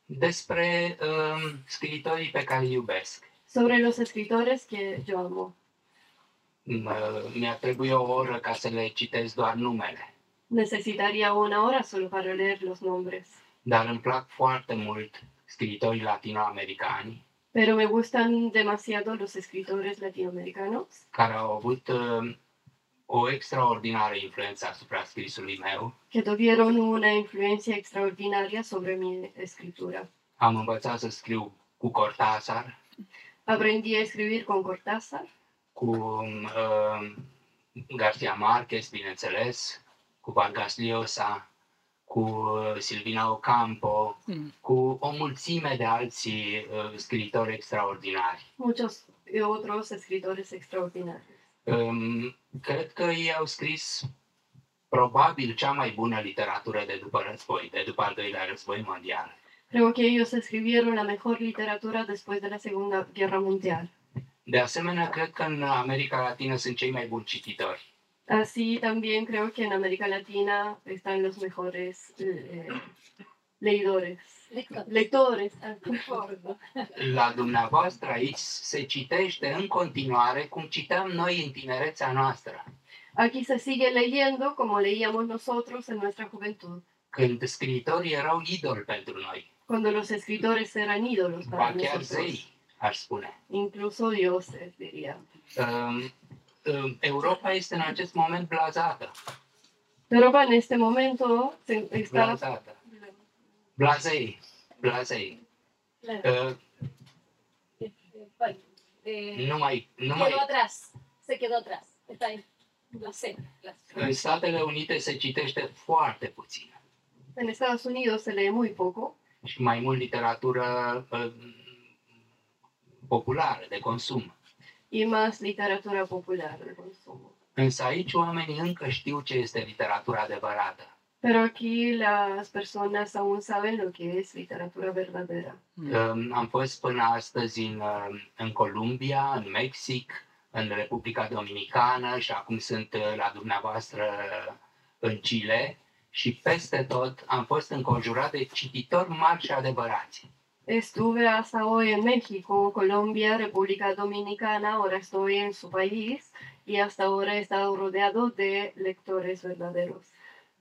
S2: Despre uh, scriitorii pe care îi iubesc.
S3: Sobre los escritores que yo amo.
S2: Uh, mi-ar trebui o oră ca să le citesc doar numele.
S3: Necesitaría una hora solo para leer los nombres,
S2: dar îmi plac foarte mult scriitorii latinoamericani
S3: pero me gustan demasiado los escritores latinoamericanos
S2: care au avut uh, o extraordinară influență asupra scrisului meu.
S3: que tuvieron una influencia extraordinaria sobre mi escritura.
S2: Am învățat să scriu cu Cortázar,
S3: Aprendí a escribir con Cortázar,
S2: cu uh, García Márquez, bineînțeles, cu Vargas Llosa, cu uh, Silvina Ocampo,
S5: Mm.
S2: cu o mulțime de alți uh, scriitori extraordinari.
S3: muchos eh, otros escritores extraordinarios.
S2: Um, cred că ei au scris probabil cea mai bună literatură de după război, de după al doilea război mondial.
S3: Creo que ellos escribieron la mejor literatura después de la Segunda Guerra Mundial.
S2: De asemenea, cred că în America Latină sunt cei mai buni cititori.
S3: Así también creo que en América Latina están los mejores eh, leidores.
S4: Lector.
S3: Lectores. [laughs]
S2: La dumneavoastră aici se citește în continuare cum citeam noi în tinerețea noastră,
S3: Aquí se sigue leyendo como leíamos nosotros en nuestra juventud,
S2: când scriitorii erau idol pentru noi,
S3: cuando los escritores eran ídolos
S2: ba
S3: para
S2: chiar zei,
S3: nosotros,
S2: aș spune.
S3: incluso dioses, diría.
S2: Um, um, Europa este în acest moment blazată.
S3: Pero en este momento se- está
S2: Blazată. Blazei. Blazei. Uh,
S4: Bueno, eh,
S2: nu mai, nu mai,
S4: quedó atrás, se quedó atrás. Está ahí. La C, la C.
S2: în Statele Unite se citește foarte puțin
S3: en Estados Unidos se lee muy poco
S2: și mai mult literatură uh, populară, de consum.
S3: y más literatura popular de consumo.
S2: Însă aici oamenii încă știu ce este literatura adevărată.
S3: Pero aquí las personas aún saben lo que es literatura verdadera.
S2: Um, Am fost până astăzi în, uh, în Columbia, în Mexic, în Republica Dominicană și acum sunt uh, la dumneavoastră uh, în Chile și peste tot am fost înconjurat de cititori mari și adevărați.
S3: Estuve hasta hoy en México, Colombia, República Dominicana, ahora estoy en su país y hasta ahora he estado rodeado de lectores verdaderos.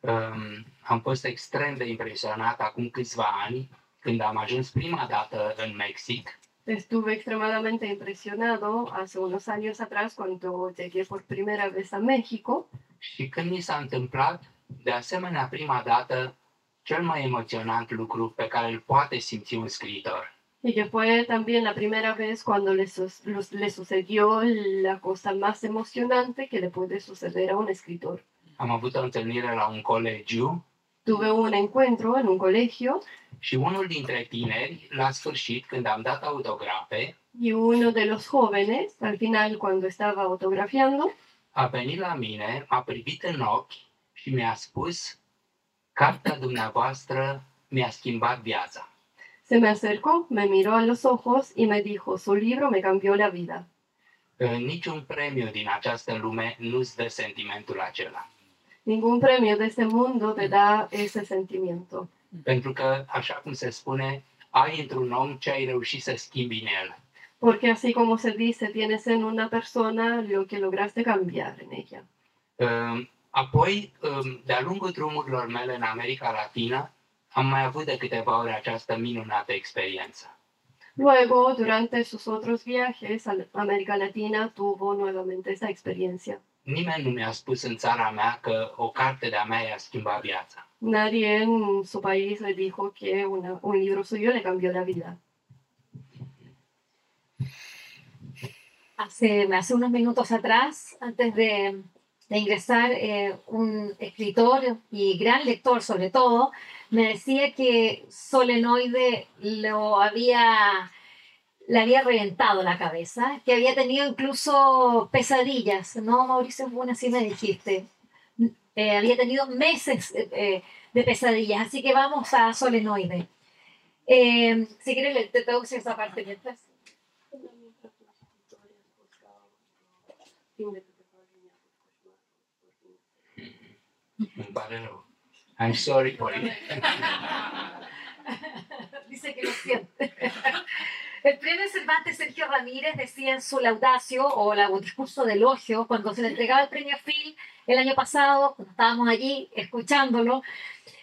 S2: Ehm, Um, am fost extrem de impresionat acum câțiva ani Când am ajuns prima dată în Mexic,
S3: Estuve extremadamente impresionado hace unos años atrás cuando llegué por primera vez a México
S2: Și când mi s-a întâmplat, de asemenea, prima dată, cel mai emoționant lucru pe care îl poate simți un scriitor.
S3: y que fue también la primera vez cuando le, sus- los- le sucedió la cosa más emocionante que le puede suceder a un escritor.
S2: Am avut o întâlnire la un colegiu
S3: Tuve un encuentro en un colegio
S2: și unul dintre tineri, la sfârșit, când am dat autografe,
S3: y uno de los jóvenes, al final cuando estaba autografiando,
S2: a venit la mine, m-a privit în ochi și mi-a spus Cartea dumneavoastră mi-a schimbat viața.
S3: se me acercó, me miró a los ojos y me dijo, su libro me cambió la vida.
S2: În Niciun premiu din această lume nu-ți dă sentimentul acela.
S3: Ningún premio de este mundo te da ese sentimiento.
S2: Pentru că, așa cum se spune, ai într-un om ce ai reușit să schimbi în el.
S3: Porque así como se dice, tienes en una persona lo que lograste cambiar en ella.
S2: Um, Apoi, um, de-a lungul drumurilor mele în America Latină, am mai avut de câteva ori această minunată experiență.
S3: Luego, durante sus otros viajes a América Latina, tuvo nuevamente esa experiencia.
S2: Nimeni nu mi-a spus în țara mea că o carte de-a mea i-a schimbat viața.
S3: Nadie en su país le dijo que una- un libro suyo le cambió la vida.
S4: Hace, hace unos minutos atrás, antes de, de ingresar, eh, un escritor y gran lector sobre todo, me decía que Solenoide lo había, le había reventado la cabeza, que había tenido incluso pesadillas, ¿no, Mauricio? Bueno, así me dijiste. Eh, había tenido meses eh, eh, de pesadillas, así que vamos a Solenoide. Eh, si quieres, le- te traduce esa parte mientras.
S2: Îmi pare rău. I'm sorry for it.
S4: [laughs] Dice que lo siente. [laughs] El premio Cervantes Sergio Ramírez decía en su laudacio o la- o discurso de elogio cuando se le entregaba el premio Phil el año pasado, cuando estábamos allí escuchándolo,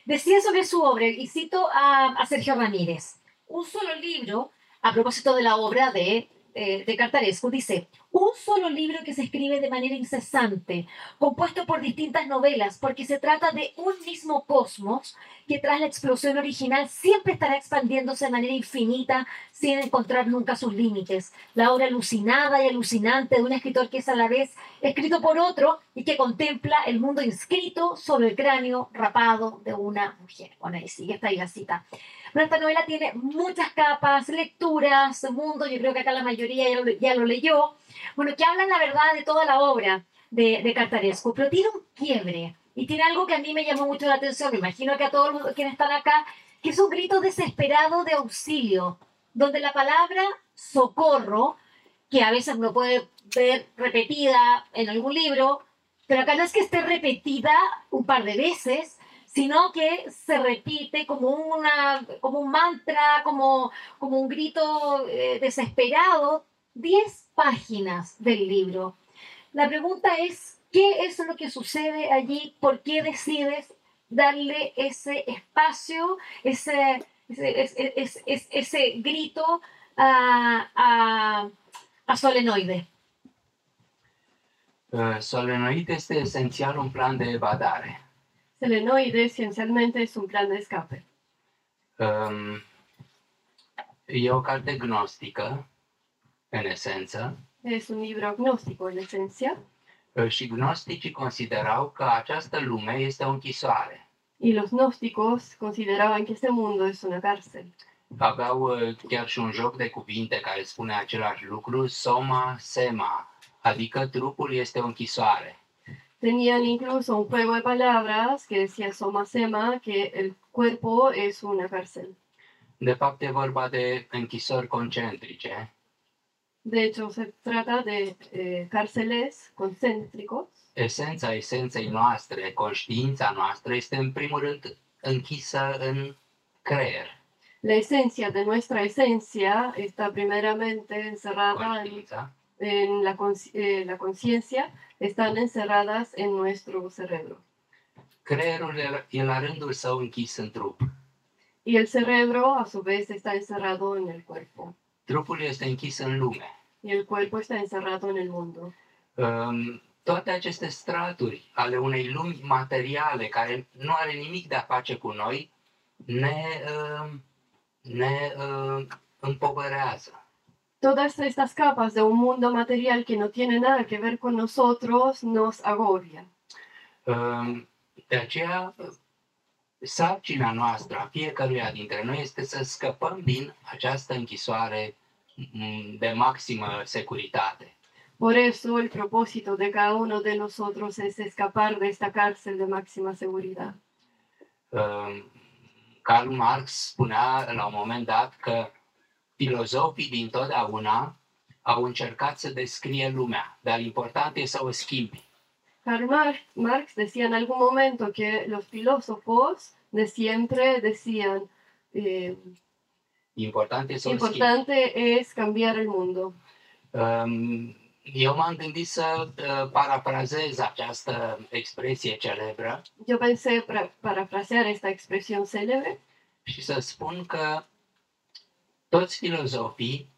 S4: decía sobre su obra, y cito a, a Sergio Ramírez, un solo libro, a propósito de la obra de, eh, de Cartarescu, dice, un solo libro que se escribe de manera incesante, compuesto por distintas novelas, porque se trata de un mismo cosmos que tras la explosión original siempre estará expandiéndose de manera infinita sin encontrar nunca sus límites. La obra alucinada y alucinante de un escritor que es a la vez escrito por otro y que contempla el mundo inscrito sobre el cráneo rapado de una mujer. Bueno, ahí sí, está ahí la cita. Pero esta novela tiene muchas capas, lecturas, mundo, yo creo que acá la mayoría ya lo, ya lo leyó, bueno, que hablan la verdad de toda la obra de, de Cartarescu, pero tiene un quiebre y tiene algo que a mí me llamó mucho la atención, me imagino que a todos los, quienes están acá, que es un grito desesperado de auxilio, donde la palabra socorro, que a veces uno puede ver repetida en algún libro, pero acá no es que esté repetida un par de veces, sino que se repite como, una, como un mantra, como, como un grito eh, desesperado, 10 páginas del libro. La pregunta es, ¿qué es lo que sucede allí? ¿Por qué decides darle ese espacio, ese, ese, ese, ese- ese- ese grito a, a, a Solenoide?
S2: Uh, Solenoid este esențial un plan de evadare.
S3: Selenoide esencialmente es un plan de escape.
S2: Um, E o carte gnostică, în esență,
S3: Es un libro agnóstico en esencia
S2: uh, și gnosticii considerau că această lume este o închisoare.
S3: y los gnósticos consideraban que este mundo es una cárcel.
S2: aveau uh, chiar și un joc de cuvinte care spune același lucru, soma, sema, adică trupul este o închisoare.
S3: Tenían incluso un juego de palabras que decía soma sema, que el cuerpo es una cárcel.
S2: De fapt, e vorba de închisori concentrice,
S3: De hecho, se trata de eh, cárceles concéntricos.
S2: esența esenței noastre, conștiința noastră este în primul rând închisă în creier,
S3: La esencia de nuestra esencia está primeramente encerrada en,
S2: conștiința,
S3: en la consci- eh, la conciencia, están encerradas en nuestro cerebro.
S2: creierul e la- e la rândul său închis în trup.
S3: y el cerebro a su vez está encerrado en el cuerpo
S2: Trupul este închis în lume.
S3: y el cuerpo está encerrado en el mundo.
S2: Um, Toate aceste straturi ale unei lumi materiale care nu are nimic de a face cu noi, ne, um, ne um, împovărează.
S3: Todas estas capas de un mundo material que no tiene nada que ver con nosotros nos agobia.
S2: Um, De aceea, sarcina noastră a fiecăruia dintre noi este să scăpăm din această închisoare m, de maximă securitate.
S3: Por eso el propósito de cada uno de nosotros es escapar de esta cárcel de máxima seguridad.
S2: Um, Karl Marx spunea la un moment dat că filozofii dintotdeauna au încercat să descrie lumea, dar important e să o schimbi.
S3: Karl Mar- Marx decía en algún momento que los filósofos de siempre decían, eh,
S2: Important e să o schimbi.
S3: importante es cambiar el mundo.
S2: Um, Eu m-am gândit să uh, parafrazez această expresie celebră
S3: Yo pensé, para, parafrasear esta expresión célebre,
S2: și să spun că toți filozofii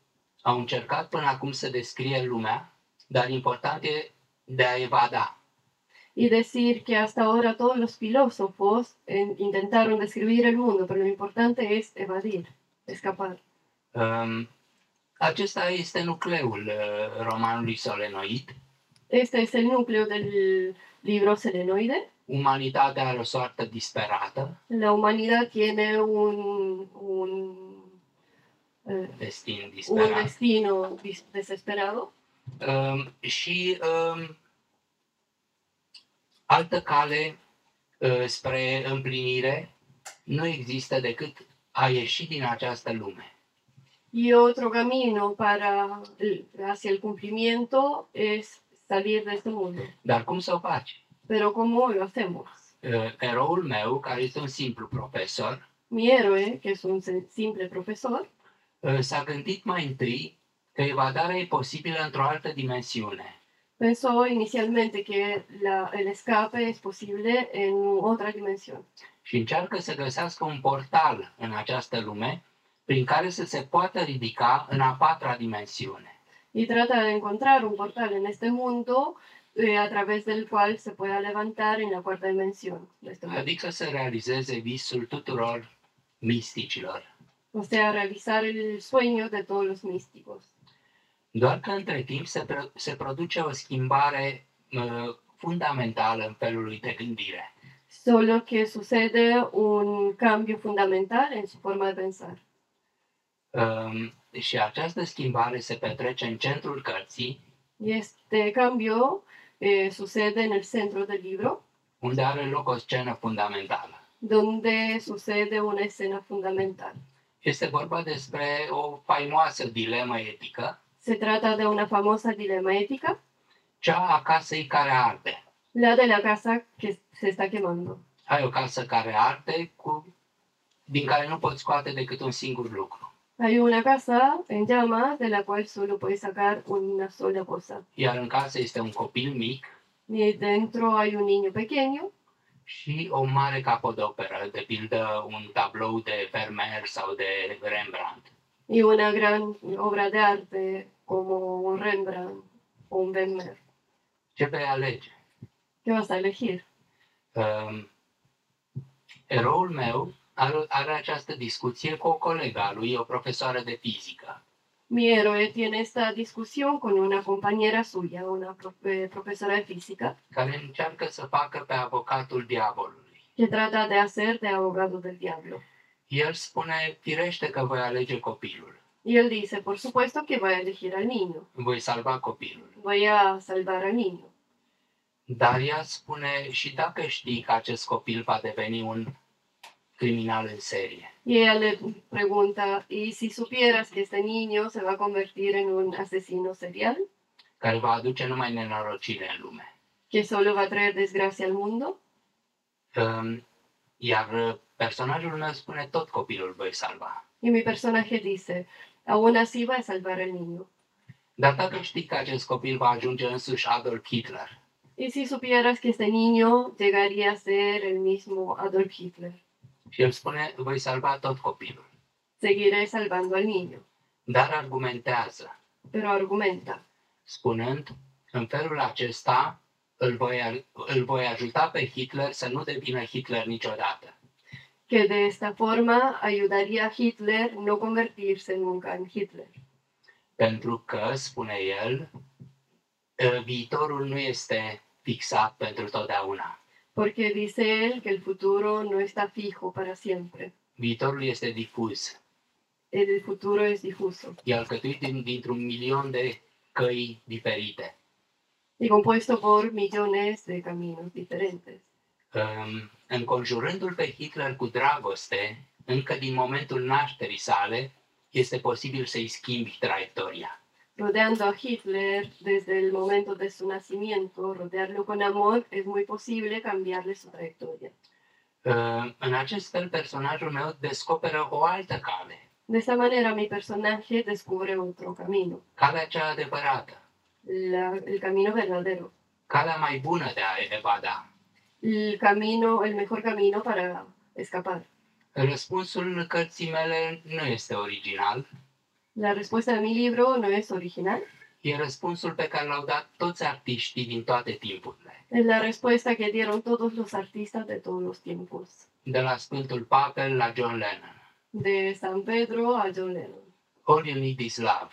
S2: au încercat până acum să descrie lumea, dar important e de a evada.
S3: y decir que hasta ahora todos los filósofos eh, intentaron describir el mundo, pero lo importante es evadir, escapar.
S2: Um, Acesta este nucleul uh, romanului Solenoid.
S3: Este es el núcleo del libro Selenoide.
S2: Umanitatea are o soartă disperată,
S3: La humanidad tiene un, un, eh,
S2: destin
S3: un
S2: disperat.
S3: destino dis- desesperado.
S2: Um, și um, altă cale uh, spre împlinire nu există decât a ieși din această lume.
S3: Y otro camino para el- hacia el cumplimiento es salir de este mundo.
S2: Dar cum să o faci?
S3: Pero ¿cómo lo hacemos?
S2: Uh, Eroul meu, care este un simplu profesor,
S3: Mi héroe, que es un sen- simple profesor,
S2: uh, s-a gândit mai întâi că evadarea e posibilă într-o altă dimensiune.
S3: pensó inicialmente que la- el escape es posible en otra dimensión
S2: și încearcă să găsească un portal în această lume prin care să se poată ridica în a patra dimensiune.
S3: y trata de encontrar un portal en este mundo eh, a través del cual se pueda levantar en la cuarta dimensión de este mundo.
S2: Adică să realizeze visul tuturor misticilor.
S3: O sea, realizar el sueño de todos los místicos.
S2: Doar că între timp se, pro- se produce o schimbare uh, fundamentală în felul lui de gândire.
S3: Solo que sucede un cambio fundamental en su forma de pensar.
S2: Um, și această schimbare se petrece în centrul cărții,
S3: Y este cambio eh, sucede en el centro del libro,
S2: unde are loc o scenă fundamentală.
S3: donde sucede una escena fundamental.
S2: Este vorba despre o faimoasă dilemă etică,
S3: Se trata de una famosa dilema ética,
S2: cea a casei care arde.
S3: la de la casa que se está quemando.
S2: ai o casă care arde cu, din care nu poți scoate decât un singur lucru.
S3: Hay una casa en llamas de la cual solo puedes sacar una sola cosa.
S2: Iar în casă este un copil mic
S3: Y dentro hay un niño pequeño
S2: și o mare capodoperă, de pildă un tablou de Vermeer sau de Rembrandt.
S3: y una gran obra de arte como un Rembrandt o un Vermeer.
S2: Ce vei alege?
S3: ¿Qué vas a elegir?
S2: Um, eroul meu are, are această discuție cu o colegă a lui, o profesoară de fizică.
S3: Mi héroe tiene esta discusión con una compañera suya, una pro- eh, profesora de física,
S2: care încearcă să facă pe avocatul diavolului.
S3: que trata de hacer de abogado del diablo.
S2: El spune, firește că voi alege copilul,
S3: Y él dice, por supuesto que voy a elegir al niño,
S2: voi salva copilul.
S3: voy a salvar al niño.
S2: Dar ea spune, și dacă știi că acest copil va deveni un criminal în serie,
S3: Y ella le pregunta, ¿y si supieras que este niño se va a convertir en un asesino serial,
S2: care va aduce numai nenorocire în lume.
S3: que solo va a traer desgracia al mundo?
S2: Um, Iar uh, personajul meu spune, tot copilul voi salva.
S3: Y mi personaje dice, aún así va a salvar al niño.
S2: Dar dacă știi că acest copil va ajunge însuși Adolf Hitler,
S3: ¿Y si supieras que este niño llegaría a ser el mismo Adolf Hitler?
S2: Și el spune, voi salva tot copilul.
S3: Seguiré salvando al niño,
S2: Dar argumentează,
S3: pero argumenta.
S2: spunând, în felul acesta îl voi, îl voi ajuta pe Hitler să nu devină Hitler niciodată.
S3: que de esta forma ayudaría a Hitler no convertirse nunca en Hitler,
S2: Pentru că, spune el, ă, viitorul nu este fixat pentru totdeauna.
S3: porque dice él que el futuro no está fijo para siempre,
S2: Viitorul este difuz.
S3: el futuro es difuso
S2: E alcătuit din, dintr-un milion de căi diferite.
S3: y compuesto por millones de caminos diferentes.
S2: Um, Înconjurându-l pe Hitler cu dragoste, încă din momentul nașterii sale, este posibil să-i schimbi traiectoria.
S3: Rodeando a Hitler desde el momento de su nacimiento, rodearlo con amor, es muy posible cambiarle su trayectoria.
S2: Uh, În acest fel, personajul meu descoperă o altă cale,
S3: De esta manera mi personaje descubre otro camino,
S2: calea cea adevărată,
S3: la- el camino verdadero,
S2: calea mai bună de a evada.
S3: el camino, el mejor camino para escapar.
S2: Răspunsul cărții mele nu este original,
S3: La respuesta de mi libro no es original,
S2: e răspunsul pe care l-au dat toți artiștii din toate timpurile,
S3: es la respuesta que dieron todos los artistas de todos los tiempos,
S2: de la Sfântul Papel la John Lennon.
S3: de San Pedro a John Lennon.
S2: All you need is love.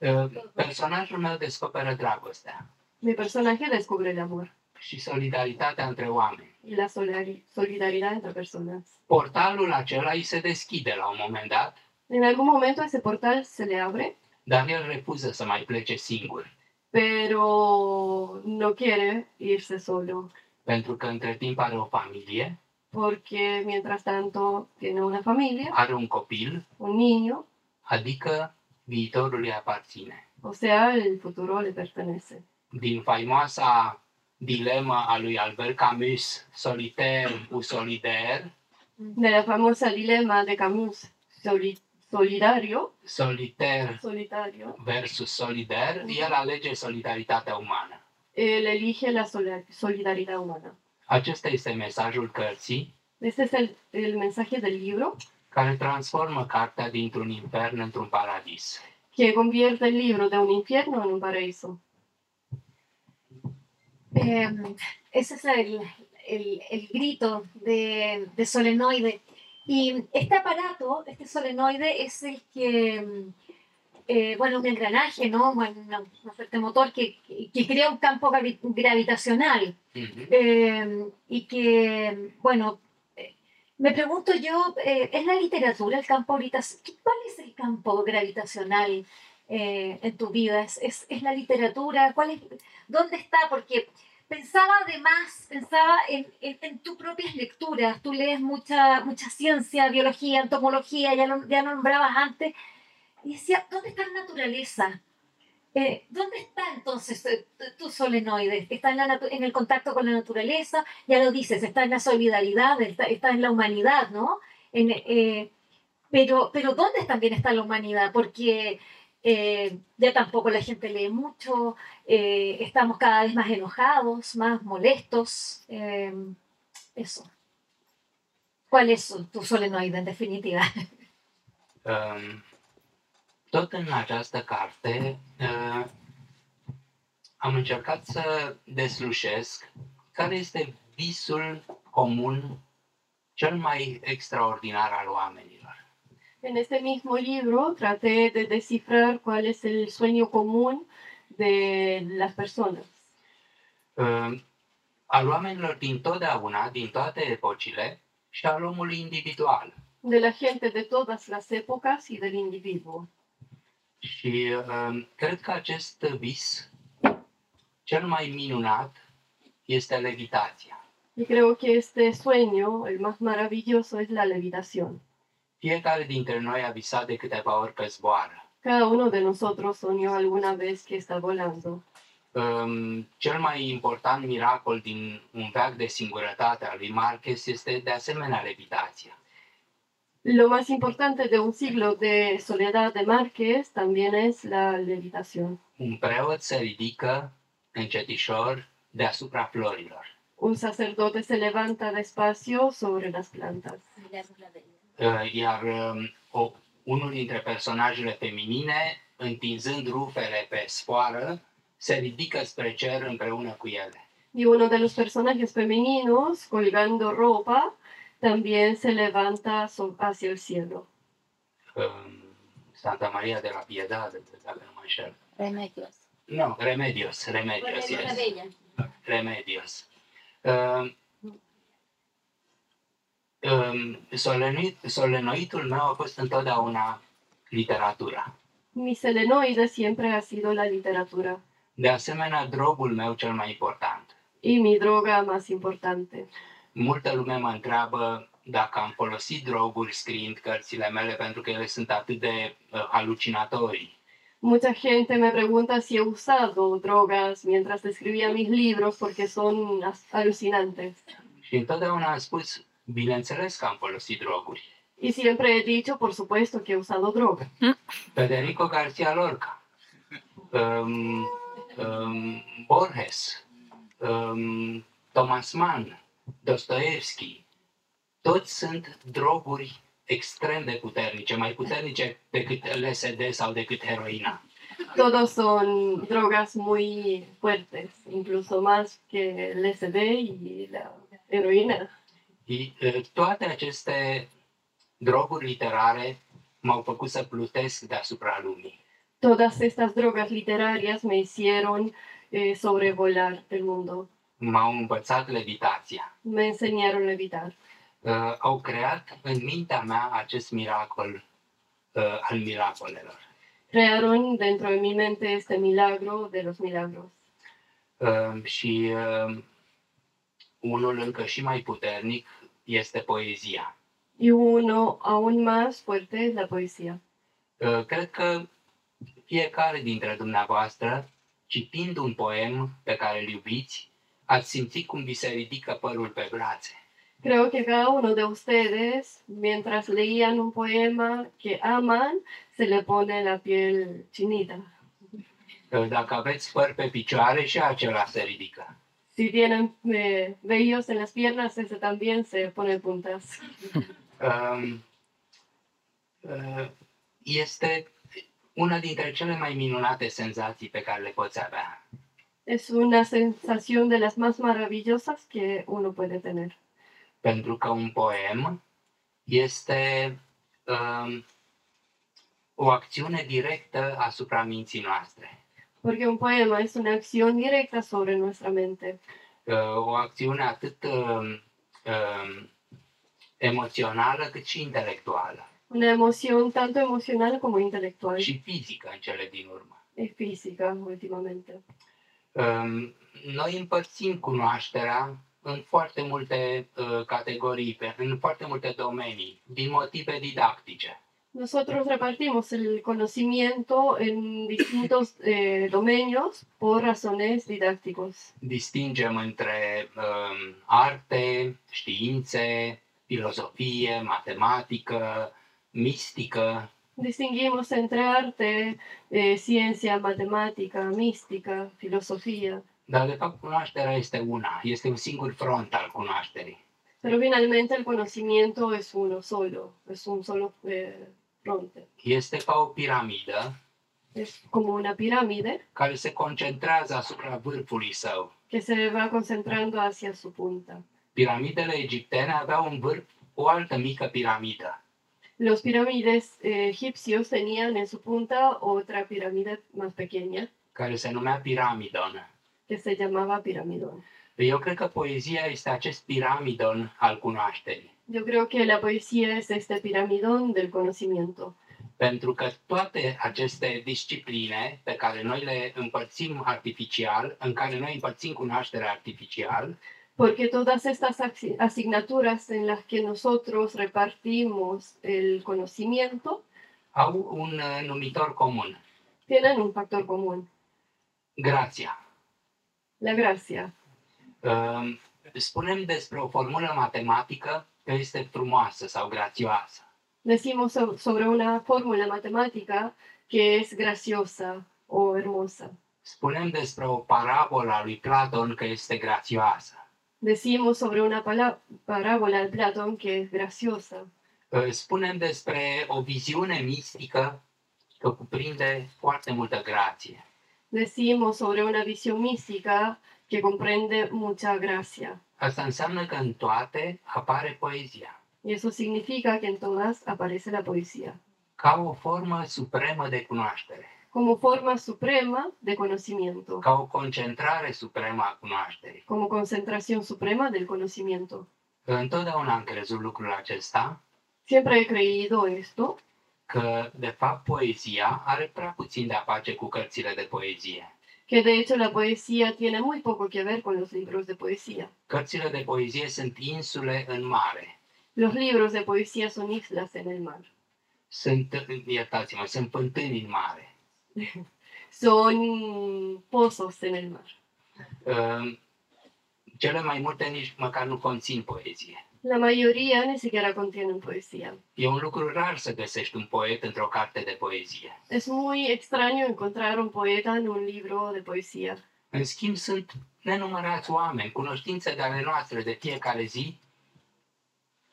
S2: Uh, Personajul meu descoperă dragostea
S3: Mi personaje descubre el amor
S2: și solidaritatea între oameni.
S3: y la solidari- solidaridad entre personas.
S2: Portalul acela îi se deschide la un moment dat,
S3: En algún momento ese portal se le abre,
S2: dar el refuză să mai plece singur,
S3: pero no quiere irse solo,
S2: pentru că între timp are o familie,
S3: porque mientras tanto tiene una familia,
S2: are un copil,
S3: un niño,
S2: adică viitorul îi aparține.
S3: o sea, el futuro le pertenece.
S2: din faimoasa dilemă a lui Albert Camus, solitaire ou solidaire,
S3: De la famosa dilema de Camus, soli- solidario,
S2: solitaire
S3: solitario,
S2: versus solidaire, el alege solidaritatea umană.
S3: él elige la sola- solidaridad humana.
S2: Acesta este mesajul cărții
S3: Este es el, el mensaje del libro
S2: care transformă cartea dintr-un infern într-un paradis.
S3: que convierte el libro de un infierno en un paraíso.
S4: Eh, ese es el, el- el grito de, de solenoide. Y este aparato, este solenoide, es el que, mm, eh, bueno, un engranaje, ¿no? Bueno, una, una suerte de motor que, que- que crea un campo gravi- gravitacional.
S2: Mhm.
S4: Eh, y que, bueno, eh, me pregunto yo, eh, ¿es la literatura el campo gravitacional? ¿Cuál es el campo gravitacional eh, en tu vida? ¿Es, es, es la literatura? ¿Cuál es, ¿Dónde está? Porque pensaba además, pensaba en, en, en tus propias lecturas. Tú lees mucha, mucha ciencia, biología, entomología, ya, lo- ya nombrabas antes. Y decía, ¿dónde está la naturaleza? Eh, ¿Dónde está entonces eh, tu- tu solenoide? ¿Está en, la natu- en el contacto con la naturaleza? Ya lo dices, está en la solidaridad, está, está en la humanidad, ¿no? En, eh, pero, pero ¿dónde también está la humanidad? Porque eh, ya tampoco la gente lee mucho, eh, estamos cada vez más enojados, más molestos. eh, eso. ¿Cuál es su- tu solenoide en definitiva?
S2: Um, Tot în această carte uh, am încercat să deslușesc care este visul comun cel mai extraordinar al oamenilor.
S3: En este mismo libro traté de descifrar cuál es el sueño común de las personas,
S2: Uh, Al oamenilor din totdeauna, din toate epocile și al omului individual.
S3: de la gente de todas las épocas y del individuo.
S2: Și uh, cred că acest vis cel mai minunat este levitația.
S3: Y creo que este sueño, el más maravilloso, es la levitación.
S2: Fiecare dintre noi a visat de câteva ori că zboară.
S3: Cada uno de nosotros soñó alguna vez que está volando.
S2: Um, cel mai important miracol din un veac de singurătate al lui Marquez este de asemenea levitația.
S3: Lo más importante de un siglo de soledad de Márquez también es la levitación.
S2: Un preot se ridică încetișor deasupra florilor.
S3: un sacerdote se levanta despacio sobre las plantas.
S2: Uh, Iar um, o, unul dintre personajele feminine, întinzând rufele pe sfoară, se ridică spre cer împreună cu ele.
S3: Y uno de los personajes femeninos, colgando ropa, también se levanta so- hacia el cielo.
S2: Um, Santa Maria de la Piedade, dacă nu mă înșel.
S5: Remedios.
S2: No, Remedios, Remedios,
S5: Remedios
S2: yes.
S5: Bella.
S2: Remedios. Um, um, solenui- solenoitul meu a fost întotdeauna literatura.
S3: Mi selenoide siempre ha sido la literatura
S2: De asemenea, drogul meu cel mai important.
S3: y mi droga más importante.
S2: Multă lume mă întreabă dacă am folosit droguri scriind cărțile mele pentru că ele sunt atât de uh, halucinatorii.
S3: Mucha gente me pregunta si he usado drogas mientras escribía mis libros porque son as- alucinantes.
S2: Și întotdeauna am spus, bineînțeles că am folosit droguri.
S3: Y siempre he dicho, por supuesto, que he usado drogas.
S2: Federico García Lorca, um, um, Borges, um, Thomas Mann, Dostoevski, toți sunt droguri extrem de puternice, mai puternice decât LSD sau decât heroina.
S3: Todos son drogas muy fuertes, incluso más que el LSD y la heroína.
S2: I- eh, Toate aceste droguri literare m-au făcut să plutesc deasupra lumii.
S3: Todas estas drogas literarias me hicieron eh, sobrevolar el mundo.
S2: M-au învățat levitația.
S3: Me enseñaron a evitar.
S2: Uh, au creat în mintea mea acest miracol uh, al miracolelor.
S3: Crearon dentro de mi mente este milagro de los milagros.
S2: Uh, și uh, unul încă și mai puternic este poezia.
S3: Y uno aún más fuerte es la poesía.
S2: Uh, cred că fiecare dintre dumneavoastră, citind un poem pe care îl iubiți, ați simțit cum vi se ridică părul pe brațe.
S3: Creo que cada uno de ustedes, mientras leían un poema que aman, se le pone la piel chinita.
S2: Uh, Dacă aveți păr pe picioare, și acela se ridică.
S3: Si tienen eh, vellos en las piernas, ese también se pone puntas.
S2: Um, uh, Este una dintre cele mai minunate senzații pe care le poți avea.
S3: Es una sensación de las más maravillosas que uno puede tener.
S2: Pentru că un poem este um, o acțiune directă asupra minții noastre.
S3: Porque un poema es una acción directa sobre nuestra mente.
S2: Uh, O acțiune atât um, um, emoțională cât și intelectuală
S3: Una emoción tanto emocional como intelectual
S2: și fizică în cele din urmă.
S3: y física últimamente.
S2: Um, Noi împărțim cunoașterea în foarte multe uh, categorii, pe- în foarte multe domenii, din motive didactice.
S3: Nosotros repartimos el conocimiento en distintos eh, dominios por razones didácticos.
S2: Distingem între um, arte, științe, filozofie, matematică, mistică
S3: Distinguimos entre arte, eh, ciencia, matemática, mística, filosofía,
S2: dar de fapt cunoașterea este una, este un singur front al cunoașterii.
S3: pero finalmente el conocimiento es uno solo, es un solo eh, fronte.
S2: Este ca o piramidă
S3: Es como una pirámide
S2: care se concentrează asupra vârfului său.
S3: que se va concentrando hacia su punta.
S2: Piramidele egiptene aveau un vârf o altă mică piramidă.
S3: Los pirámides eh, egipcios tenían en su punta otra pirámide más pequeña
S2: care se numea Piramidon.
S3: que se llamaba piramidón.
S2: Eu cred că poezia este acest piramidon al cunoașterii,
S3: Yo creo que la poesía es este piramidón del conocimiento,
S2: pentru că toate aceste discipline pe care noi le împărțim artificial, în care noi împărțim cunoașterea artificial,
S3: porque todas estas axi- asignaturas en las que nosotros repartimos el conocimiento
S2: au un uh, numitor comun,
S3: tienen un factor común,
S2: grația.
S3: la gracia.
S2: Uh, Spunem despre o formulă matematică că este frumoasă sau grațioasă.
S3: Decimos so- sobre una fórmula matemática que es graciosa o hermosa.
S2: Spunem despre o parabola a lui Platon că este grațioasă.
S3: decimos sobre una pala- parábola de Platón que es graciosa.
S2: Uh, Spunem despre o viziune mistică că cuprinde foarte multă grație.
S3: Decimos sobre una visión mística que comprende mucha gracia.
S2: Asta înseamnă că în toate apare poezia,
S3: Y eso significa que en todas aparece la poesía,
S2: ca o formă supremă de cunoaștere,
S3: como forma suprema de conocimiento,
S2: ca o concentrare supremă a cunoașterii.
S3: como concentración suprema del conocimiento.
S2: Întotdeauna am crezut lucrul acesta,
S3: Siempre he creído esto,
S2: că de fapt poezia are prea puțin de a face cu cărțile de poezie.
S3: que de hecho la poesía tiene muy poco que ver con los libros de poesía.
S2: Cărțile de poezie sunt insule în mare.
S3: Los libros de poesía son islas en el mar,
S2: Sunt, iertați-mă, sunt fântâni în mare.
S3: son pozos en el mar.
S2: Uh, Cele mai multe nici măcar nu conțin poezie.
S3: La mayoría ni siquiera contienen poesía.
S2: E un lucru rar să găsești un poet într-o carte de poezie.
S3: Es muy extraño encontrar un poeta en un libro de poesía.
S2: În schimb, sunt nenumărați oameni, cunoștințe de ale noastre de fiecare zi,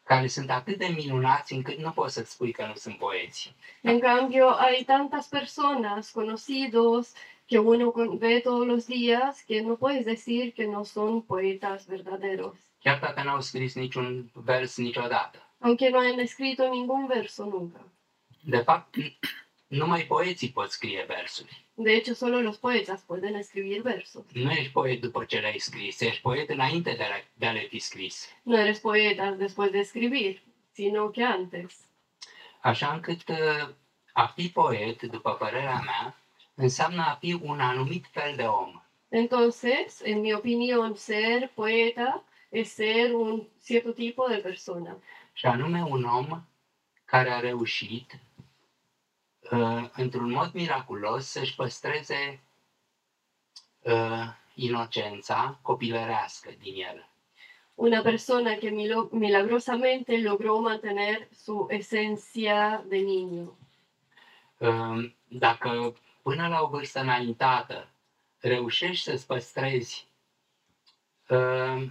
S2: care sunt atât de minunați încât nu poți să-ți spui că nu sunt poeți.
S3: En cambio, hay tantas personas, conocidos, que uno con- ve todos los días, que no puedes decir que no son poetas verdaderos,
S2: Chiar dacă n-au scris niciun vers niciodată.
S3: aunque no hayan escrito ningún verso nunca.
S2: De fapt, numai poeții pot scrie versuri.
S3: De hecho, solo los poetas pueden escribir versos.
S2: Nu ești poet după ce le-ai scris, ești poet înainte de a, de a le fi scris.
S3: No eres poeta después de escribir, sino que antes.
S2: Așa încât uh, a fi poet, după părerea mea, înseamnă a fi un anumit fel de om.
S3: Entonces, en mi opinión, ser poeta es ser un cierto tipo de persona,
S2: Și anume un om care a reușit, uh, într-un mod miraculos, să-și păstreze uh, inocența copilărească din el.
S3: una persona que milo- milagrosamente logró mantener su esencia de niño.
S2: Uh, Dacă până la o vârstă înaintată reușești să-ți păstrezi uh,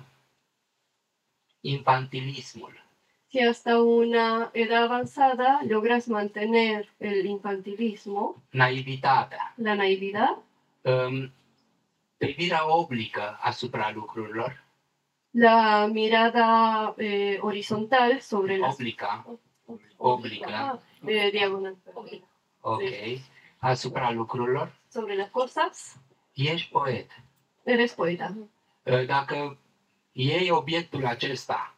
S2: infantilismul,
S3: Si hasta una edad avanzada logras mantener el infantilismo,
S2: naivitatea,
S3: la naividad,
S2: um, privirea oblică asupra lucrurilor,
S3: la mirada eh, horizontal sobre las...
S2: oblica, obliga,
S3: eh, diagonal,
S4: Obliga.
S2: ok, asupra lucrurilor,
S3: sobre las cosas,
S2: ești poet.
S3: eres poeta.
S2: Uh, Dacă iei obiectul acesta,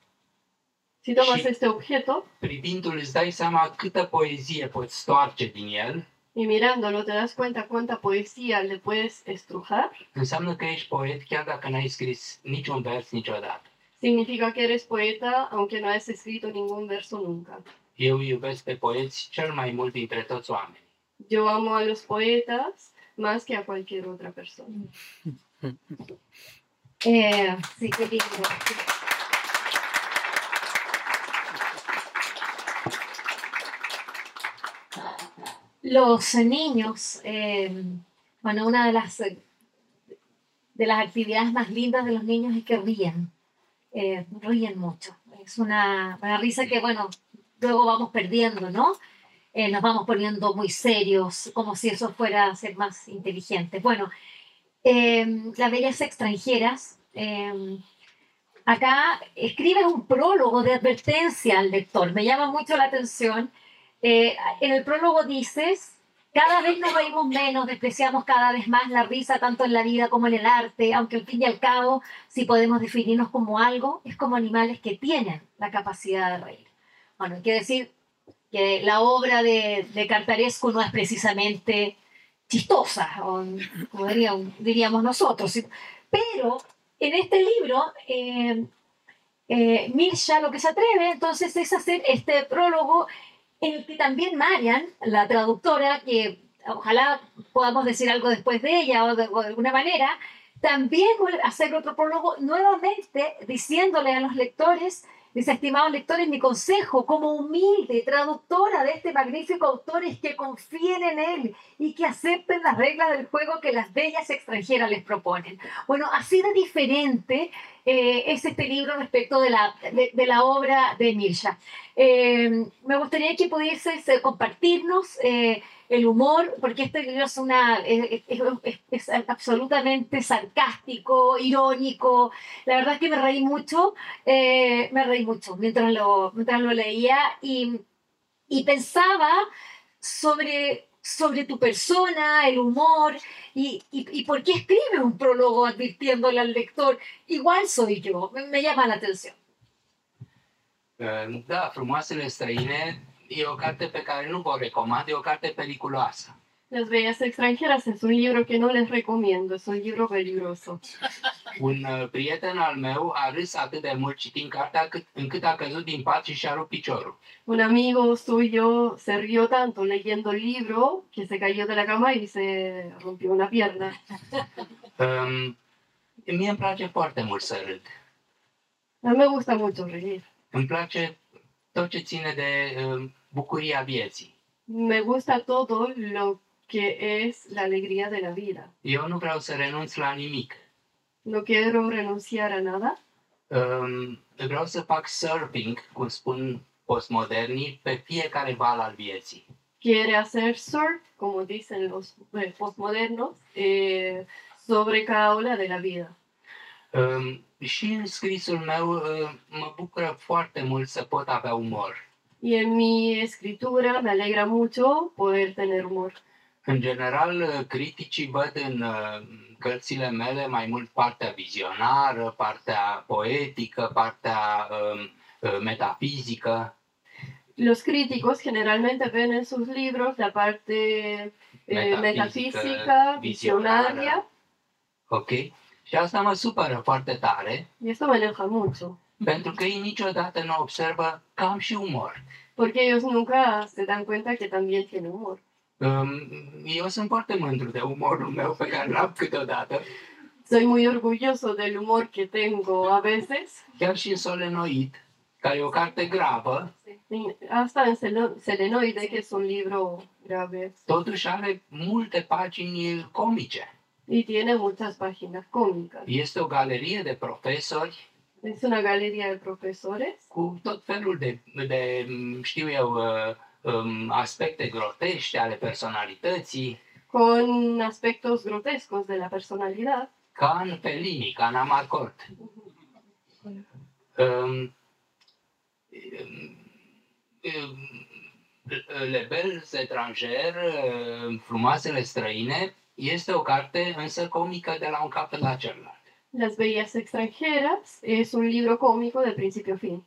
S3: Si tomas
S2: Sí.
S3: este objeto
S2: privindu-l, îți dai seama câtă poezie poți stoarce din el,
S3: y mirándolo te das cuenta cuánta poesía le puedes estrujar,
S2: înseamnă că ești poet chiar dacă n-ai scris niciun vers niciodată.
S3: significa que eres poeta aunque no hayas escrito ningún verso nunca.
S2: Eu iubesc pe poeți cel mai mult dintre toți oamenii.
S3: Yo amo a los poetas más que a cualquier otra persona.
S4: Eh, sí, qué lindo. Los eh, niños, eh, bueno, una de las, eh, de las actividades más lindas de los niños es que rían, eh, ríen mucho. Es una, una risa que, bueno, luego vamos perdiendo, ¿no? Eh, nos vamos poniendo muy serios, como si eso fuera a ser más inteligente. Bueno, eh, las bellas extranjeras. eh, acá escribes un prólogo de advertencia al lector. Me llama mucho la atención. Eh, en el prólogo dices, cada vez nos reímos menos, despreciamos cada vez más la risa, tanto en la vida como en el arte, aunque al fin y al cabo, si podemos definirnos como algo, es como animales que tienen la capacidad de reír. Bueno, hay que decir que la obra de, de Cartarescu no es precisamente chistosa, o como diría- diríamos nosotros. ¿sí? Pero en este libro, eh, eh, Mirsha lo que se atreve entonces es hacer este prólogo en el que también Marian, la traductora, que ojalá podamos decir algo después de ella o de, o de alguna manera, también vuelve a hacer otro prólogo nuevamente diciéndole a los lectores Dice, estimados lectores, mi consejo como humilde traductora de este magnífico autor es que confíen en él y que acepten las reglas del juego que las bellas extranjeras les proponen. Bueno, así de diferente eh, es este libro respecto de la, de, de la obra de Mirja. Eh, me gustaría que pudieses eh, compartirnos eh, el humor, porque este libro es, una, eh, es, es, es, absolutamente sarcástico, irónico. La verdad es que me reí mucho, eh, me reí mucho mientras lo, mientras lo leía y, y, pensaba sobre, sobre tu persona, el humor y, y, y por qué escribe un prólogo advirtiéndole al lector, igual soy yo, me, me llama la atención.
S2: Da, frumoasele străine e o carte pe care nu vă recomand, e o carte periculoasă.
S3: Las bellas extranjeras es un libro que no les recomiendo, es un libro peligroso.
S2: Un uh, prieten al meu a râs atât de mult citind cartea cât, încât a căzut din pat și și-a rupt piciorul.
S3: Un amigo suyo se rió tanto leyendo el libro que se cayó de la cama y se rompió una pierna.
S2: um, mie îmi place foarte mult să râd.
S3: A me gusta mucho reír.
S2: Îmi place tot ce ține de um, bucuria vieții.
S3: Me gusta todo lo que es la alegría de la vida.
S2: Eu nu vreau să renunț la nimic.
S3: No quiero renunciar a nada.
S2: Um, vreau să fac surfing, cum spun postmodernii, pe fiecare val al vieții.
S3: Quiere hacer surf, como dicen los postmodernos, eh, sobre cada ola de la vida.
S2: Um, și în scrisul meu uh, mă bucură foarte mult să pot avea umor.
S3: Y en mi escritura me alegra mucho poder tener humor.
S2: În general, criticii văd în uh, cărțile mele mai mult partea vizionară, partea poetică, partea uh, uh, metafizică.
S3: Los críticos generalmente ven en sus libros la parte metafísica, metafísica visionaria.
S2: Ok. Și asta mă supără foarte tare.
S3: Y esto me enoja mucho.
S2: pentru că ei niciodată nu observă că am și umor.
S3: Porque ellos nunca se dan cuenta que también tiene humor.
S2: Um, eu sunt foarte mândru de umorul meu pe care l-am câteodată.
S3: Soy muy orgulloso del humor que tengo a veces.
S2: Chiar și în Solenoid, care e o carte gravă.
S3: Asta în Solenoid, que es un libro grave.
S2: Totuși are multe pagini comice.
S3: Y tiene muchas páginas cómicas.
S2: Este o galerie de profesori
S3: Es una galería de profesores.
S2: Cu tot felul de, de știu eu, uh, um, aspecte grotești ale personalității.
S3: Con aspectos grotescos de la personalidad.
S2: Ca în Fellini, ca în Amarcord. um, Le Belles étrangères, Frumoasele străine, este o carte însă comică de la un capăt la celălalt.
S3: Las Bellas Extranjeras es un libro cómico de principio a fin.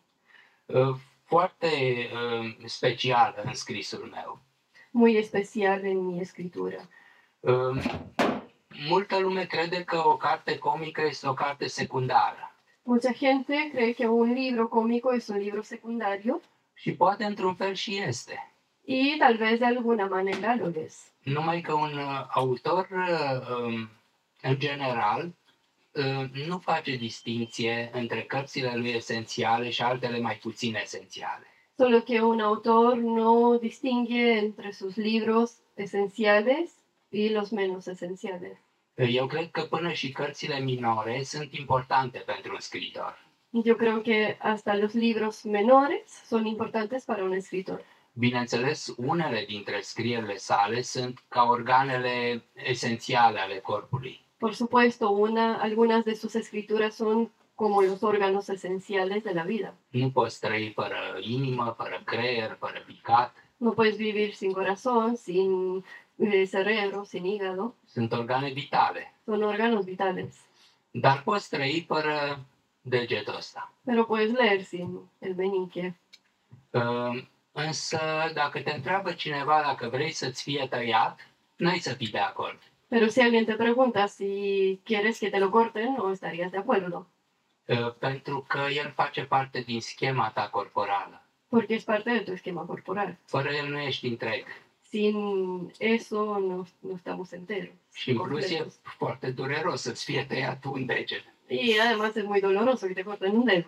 S2: Uh, foarte uh, special în scrisul meu.
S3: Muy especial en mi escritura.
S2: Uh, multă lume crede că o carte comică este o carte secundară.
S3: Mucha gente cree que un libro cómico es un libro secundario.
S2: Și poate într-un fel și este.
S3: Y tal vez de alguna manera lo es.
S2: Numai că un uh, autor, uh, în general, ă, nu face distinție între cărțile lui esențiale și altele mai puțin esențiale.
S3: Solo que un autor no distingue entre sus libros esenciales y los menos esenciales.
S2: Eu cred că până și cărțile minore sunt importante pentru un scriitor.
S3: Yo creo que hasta los libros menores son importantes para un escritor.
S2: Bineînțeles, unele dintre scrierile sale sunt ca organele esențiale ale corpului.
S3: Por supuesto, una, algunas de sus escrituras son como los órganos esenciales de la vida.
S2: Nu poți trăi fără inimă, fără creier, fără picat.
S3: No puedes vivir sin corazón, sin eh, cerebro, sin hígado.
S2: Sunt organe vitale,
S3: Son órganos vitales.
S2: dar poți trăi fără degetul ăsta.
S3: Pero puedes leer sin el meñique.
S2: Uh, Însă, dacă te întreabă cineva dacă vrei să-ți fie tăiat, n-ai să fii de acord.
S3: Pero si alguien te pregunta si quieres que te lo corten, no estarías de acuerdo.
S2: Uh, pentru că el face parte din schema ta corporală.
S3: Porque es parte de tu esquema corporal.
S2: Fără el nu ești întreg.
S3: Sin eso no, no estamos enteros.
S2: Și în plus e
S3: completos.
S2: foarte dureros să-ți fie tăiat un deget.
S3: Y además es muy doloroso que te corten un dedo.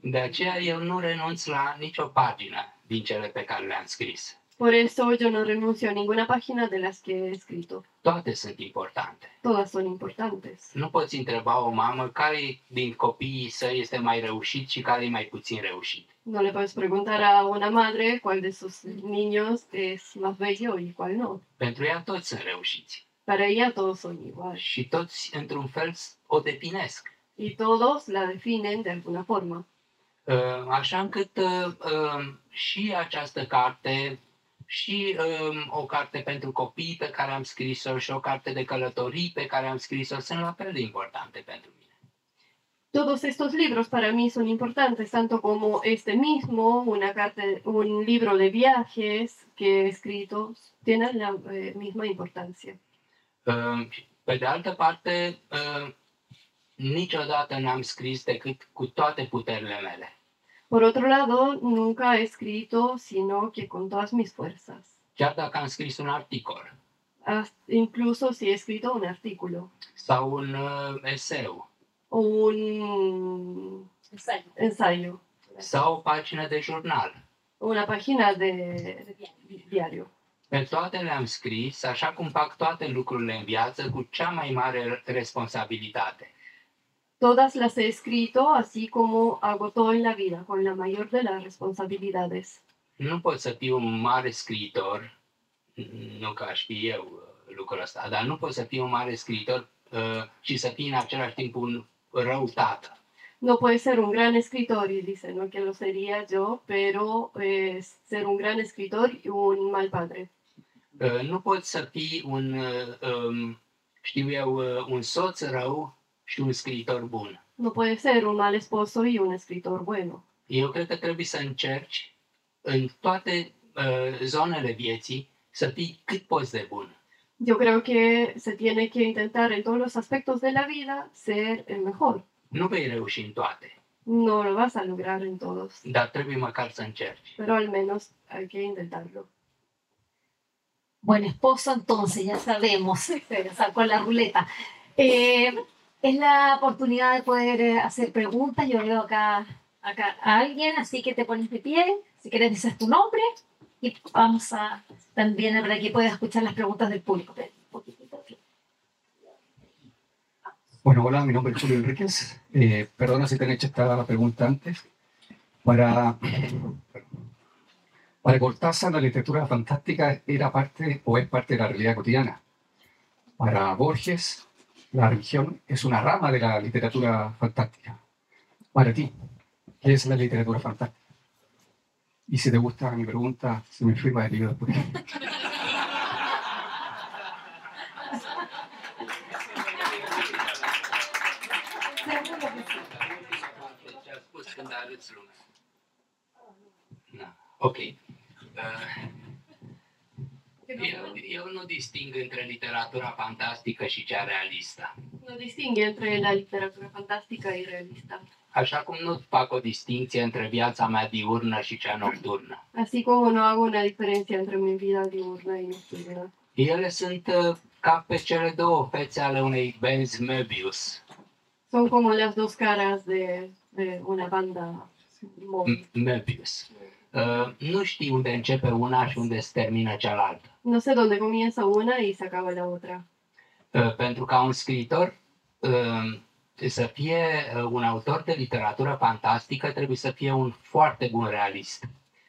S2: De aceea eu nu renunț la nicio pagină din cele pe care le-am scris.
S3: Por eso yo no renuncio a ninguna página de las que he escrito.
S2: Toate sunt importante.
S3: Todas son importantes.
S2: Nu poți întreba o mamă care din copiii săi este mai reușit și care e mai puțin reușit.
S3: No le puedes preguntar a una madre cuál de sus niños es más bello y cuál no.
S2: Pentru ea toți sunt reușiți
S3: Para ella todos son iguales
S2: și toți, într-un fel, o definesc.
S3: y todos la definen de alguna forma.
S2: Uh, Așa încât uh, uh, și această carte, și um, o carte pentru copii pe care am scris-o și o carte de călătorii pe care am scris-o sunt la fel de importante pentru mine.
S3: Todos estos libros para mí son importantes, tanto como este mismo, una carta, un libro de viajes que he escrito, tienen la eh, misma importancia.
S2: Uh, Pe de altă parte, uh, niciodată n-am scris decât cu toate puterile mele.
S3: Por otro lado, nunca he escrito, sino que con todas mis fuerzas,
S2: Chiar dacă am scris un articol
S3: Hasta- incluso si he escrito un artículo
S2: sau un uh, eseu
S3: o un
S4: Exacto.
S3: ensayo,
S2: sau o pagină de jurnal.
S3: una página de diario.
S2: Pe toate le-am scris, așa cum fac toate lucrurile în viață, cu cea mai mare responsabilitate.
S3: Todas las he escrito, así como hago todo en la vida, con la mayor de las responsabilidades.
S2: Nu pot să fiu un mare scriitor, nu că aș fi eu uh, lucrul ăsta, dar nu pot să fiu un mare scriitor uh, și să fii în același timp un rău tată.
S3: No puede ser un gran escritor, y dice, no que lo sería yo, pero eh, ser un gran escritor y un mal padre.
S2: Uh, Nu pot să fii un, uh, um, știu eu, uh, un soț rău și un scriitor bun.
S3: No puede ser un mal esposo y un escritor bueno.
S2: Eu cred că trebuie să încerci în toate uh, zonele vieții să fii cât poți de bun.
S3: Yo creo que se tiene que intentar en todos los aspectos de la vida ser el mejor.
S2: Nu vei reuși în toate,
S3: No lo vas a lograr en todos,
S2: dar trebuie măcar să încerci.
S3: pero al menos hay que intentarlo.
S4: Buen esposo, entonces, ya sabemos. [laughs] Se Sacó la ruleta. Eh, es la oportunidad de poder eh, hacer preguntas. Yo veo acá, acá a alguien, así que te pones de pie. Si quieres, dices tu nombre. Y vamos a también para que puedas escuchar las preguntas del público. Ven, un poquitito.
S5: Bueno, hola, mi nombre es Julio Enríquez. Eh, perdona si te han hecho esta pregunta antes. Para, para Cortázar, la literatura fantástica era parte o es parte de la realidad cotidiana. Para Borges, la religión es una rama de la literatura fantástica. Para ti, ¿qué es la literatura fantástica? Y si te gusta mi pregunta, se me firma el libro después.
S2: Ce a spus când arăți lumea. Da. Ok. Uh, eu, eu nu disting între literatura fantastică și cea realistă.
S3: No distingue entre la literatura fantástica y realista.
S2: Așa cum nu fac o distinție între viața mea diurnă și cea nocturnă.
S3: Así como no hago una diferencia entre mi vida diurna y nocturna.
S2: Ele sunt uh, ca pe cele două fețe ale unei benzi Möbius.
S3: Son como las dos caras de, de una banda móvil.
S2: M- Möbius. Uh, nu știi unde începe una și unde se termină cealaltă.
S3: No sé dónde comienza una y se acaba la otra.
S2: Uh, pentru ca un scriitor uh, să fie uh, un autor de literatură fantastică, trebuie să fie un foarte bun realist.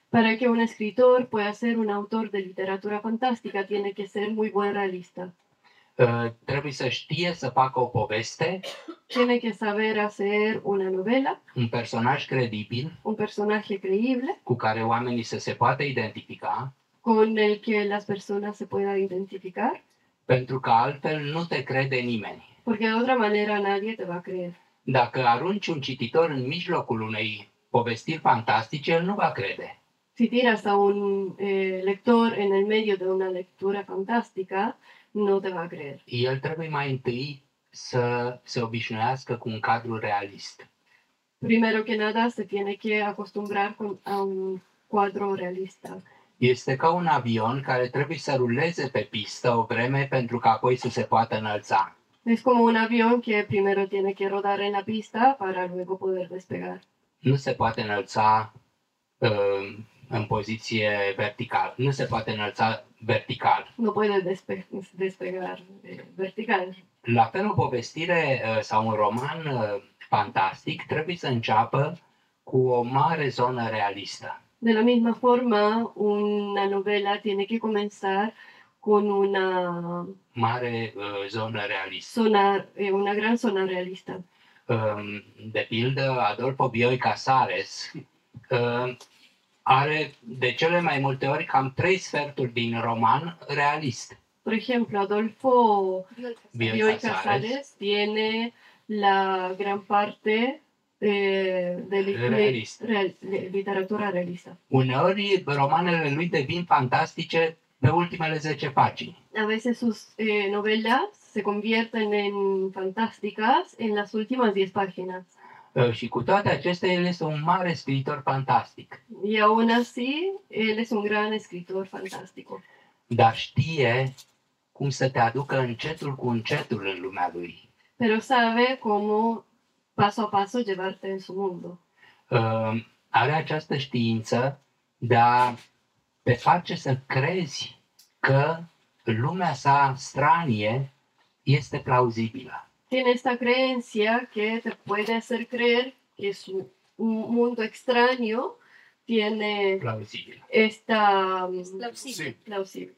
S3: Para que un escritor pueda ser un autor de literatura fantástica, tiene que ser muy buen realista.
S2: Uh, Trebuie să știe să facă o poveste,
S3: Tiene que saber hacer una novela,
S2: un personaj credibil
S3: un personaje creíble,
S2: cu care oamenii să se poată identifica,
S3: con el que las personas se puedan identificar,
S2: pentru că altfel nu te crede nimeni.
S3: porque de otra manera nadie te va a creer.
S2: Dacă arunci un cititor în mijlocul unei povestiri fantastice, el nu va crede.
S3: Si tiras a un eh, lector en el medio de una lectura fantástica, no te va a creer.
S2: El trebuie mai întâi să se obișnuiască cu un cadru realist.
S3: Primero que nada, se tiene que acostumbrar con- a un cuadro realista.
S2: Este ca un avion care trebuie să ruleze pe pistă o vreme pentru că apoi să se poată înălța.
S3: Es como un avión que primero tiene que rodar en la pista para luego poder despegar.
S2: Nu se poate înălța uh, în poziție verticală. Nu se poate înălța vertical.
S3: No puede despe- despegar eh, vertical.
S2: La fel o povestire uh, sau un roman uh, fantastic trebuie să înceapă cu o mare zonă realistă.
S3: De la misma forma, una novela tiene que comenzar con una
S2: Mare uh, zonă realistă.
S3: zona, eh, una gran zona realista.
S2: Um, de pildă, Adolfo Bioy Casares um, are de cele mai multe ori cam trei sferturi din roman realist.
S3: Por ejemplo, Adolfo
S2: Bioy
S3: Bioy
S2: Casares,
S3: Casares tiene la gran parte eh, de, li-
S2: Realista.
S3: real- de literatura realista.
S2: uneori romanele lui devin fantastice pe ultimele 10 pagini.
S3: A veces sus eh, novelas se convierten en fantásticas en las últimas 10 páginas.
S2: Uh, Și cu toate acestea, el este un mare scriitor fantastic,
S3: Y aún así, él es un gran escritor fantástico.
S2: dar știe cum să te aducă încetul cu încetul în lumea lui.
S3: Pero sabe cómo paso a paso llevarte en su mundo.
S2: Uh, Are această știință de a te face să crezi că lumea sa stranie este plauzibilă.
S3: Tiene esta creencia que te puede hacer creer que su un mundo extraño tiene
S2: plauzibilă.
S3: esta um,
S4: plausible.
S3: plausible.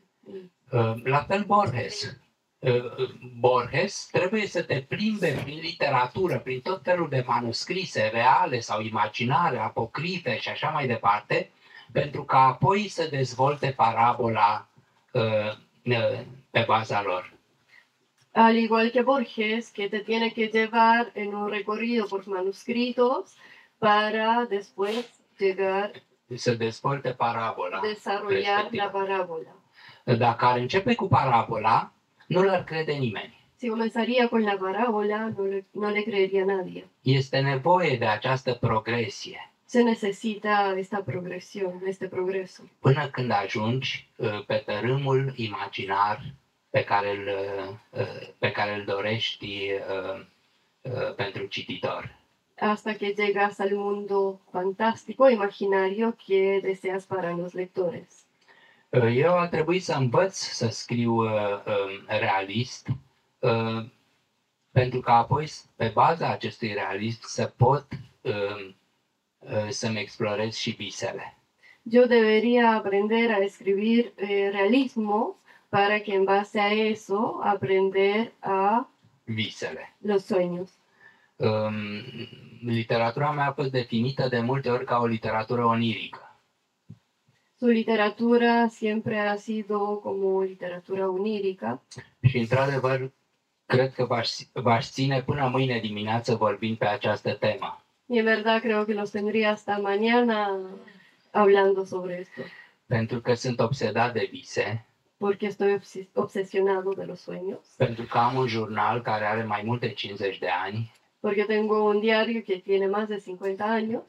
S2: Uh, La fel Borges. Uh, Borges trebuie să te plimbe prin literatură, prin tot felul de manuscrise reale sau imaginare, apocrife și așa mai departe, pentru ca apoi să dezvolte parabola uh, uh, pe baza lor.
S3: Al igual que Borges, que te tiene que llevar en un recorrido por manuscritos para después llegar
S2: Să dezvolte parabola.
S3: a desarrollar
S2: respectiva.
S3: la parábola.
S2: Dacă ar începe cu parabola, nu l-ar crede nimeni.
S3: Si comenzaría con la parábola, no le, no le creería nadie.
S2: Este nevoie de această progresie.
S3: Se necesita esta progresión, este progreso,
S2: până când ajungi uh, pe tărâmul imaginar pe care îl, uh, uh, pe care îl dorești uh, uh, pentru cititor.
S3: hasta que llegas al mundo fantástico, imaginario que deseas para los lectores.
S2: Uh, Eu a trebuit să învăț să scriu uh, um, realist, uh, pentru că apoi, s- pe baza acestui realist, să pot um, uh, să-mi explorez și visele.
S3: Yo debería aprender a escribir eh, realismo para que en base a eso aprender a
S2: Visele.
S3: los sueños.
S2: Um, literatura mea a fost definită de multe ori ca o literatură onirică.
S3: Su literatura siempre ha sido como literatura onírica
S2: Și într-adevăr, cred că v-aș, v-aș ține până mâine dimineață vorbind pe această temă.
S3: y en verdad creo que los tendría hasta mañana hablando sobre esto,
S2: Pentru că sunt obsedat de vise,
S3: porque estoy obses- obsesionado de los sueños,
S2: pentru că am un jurnal care are mai mult de 50 de ani
S3: porque tengo un diario que tiene más de 50 años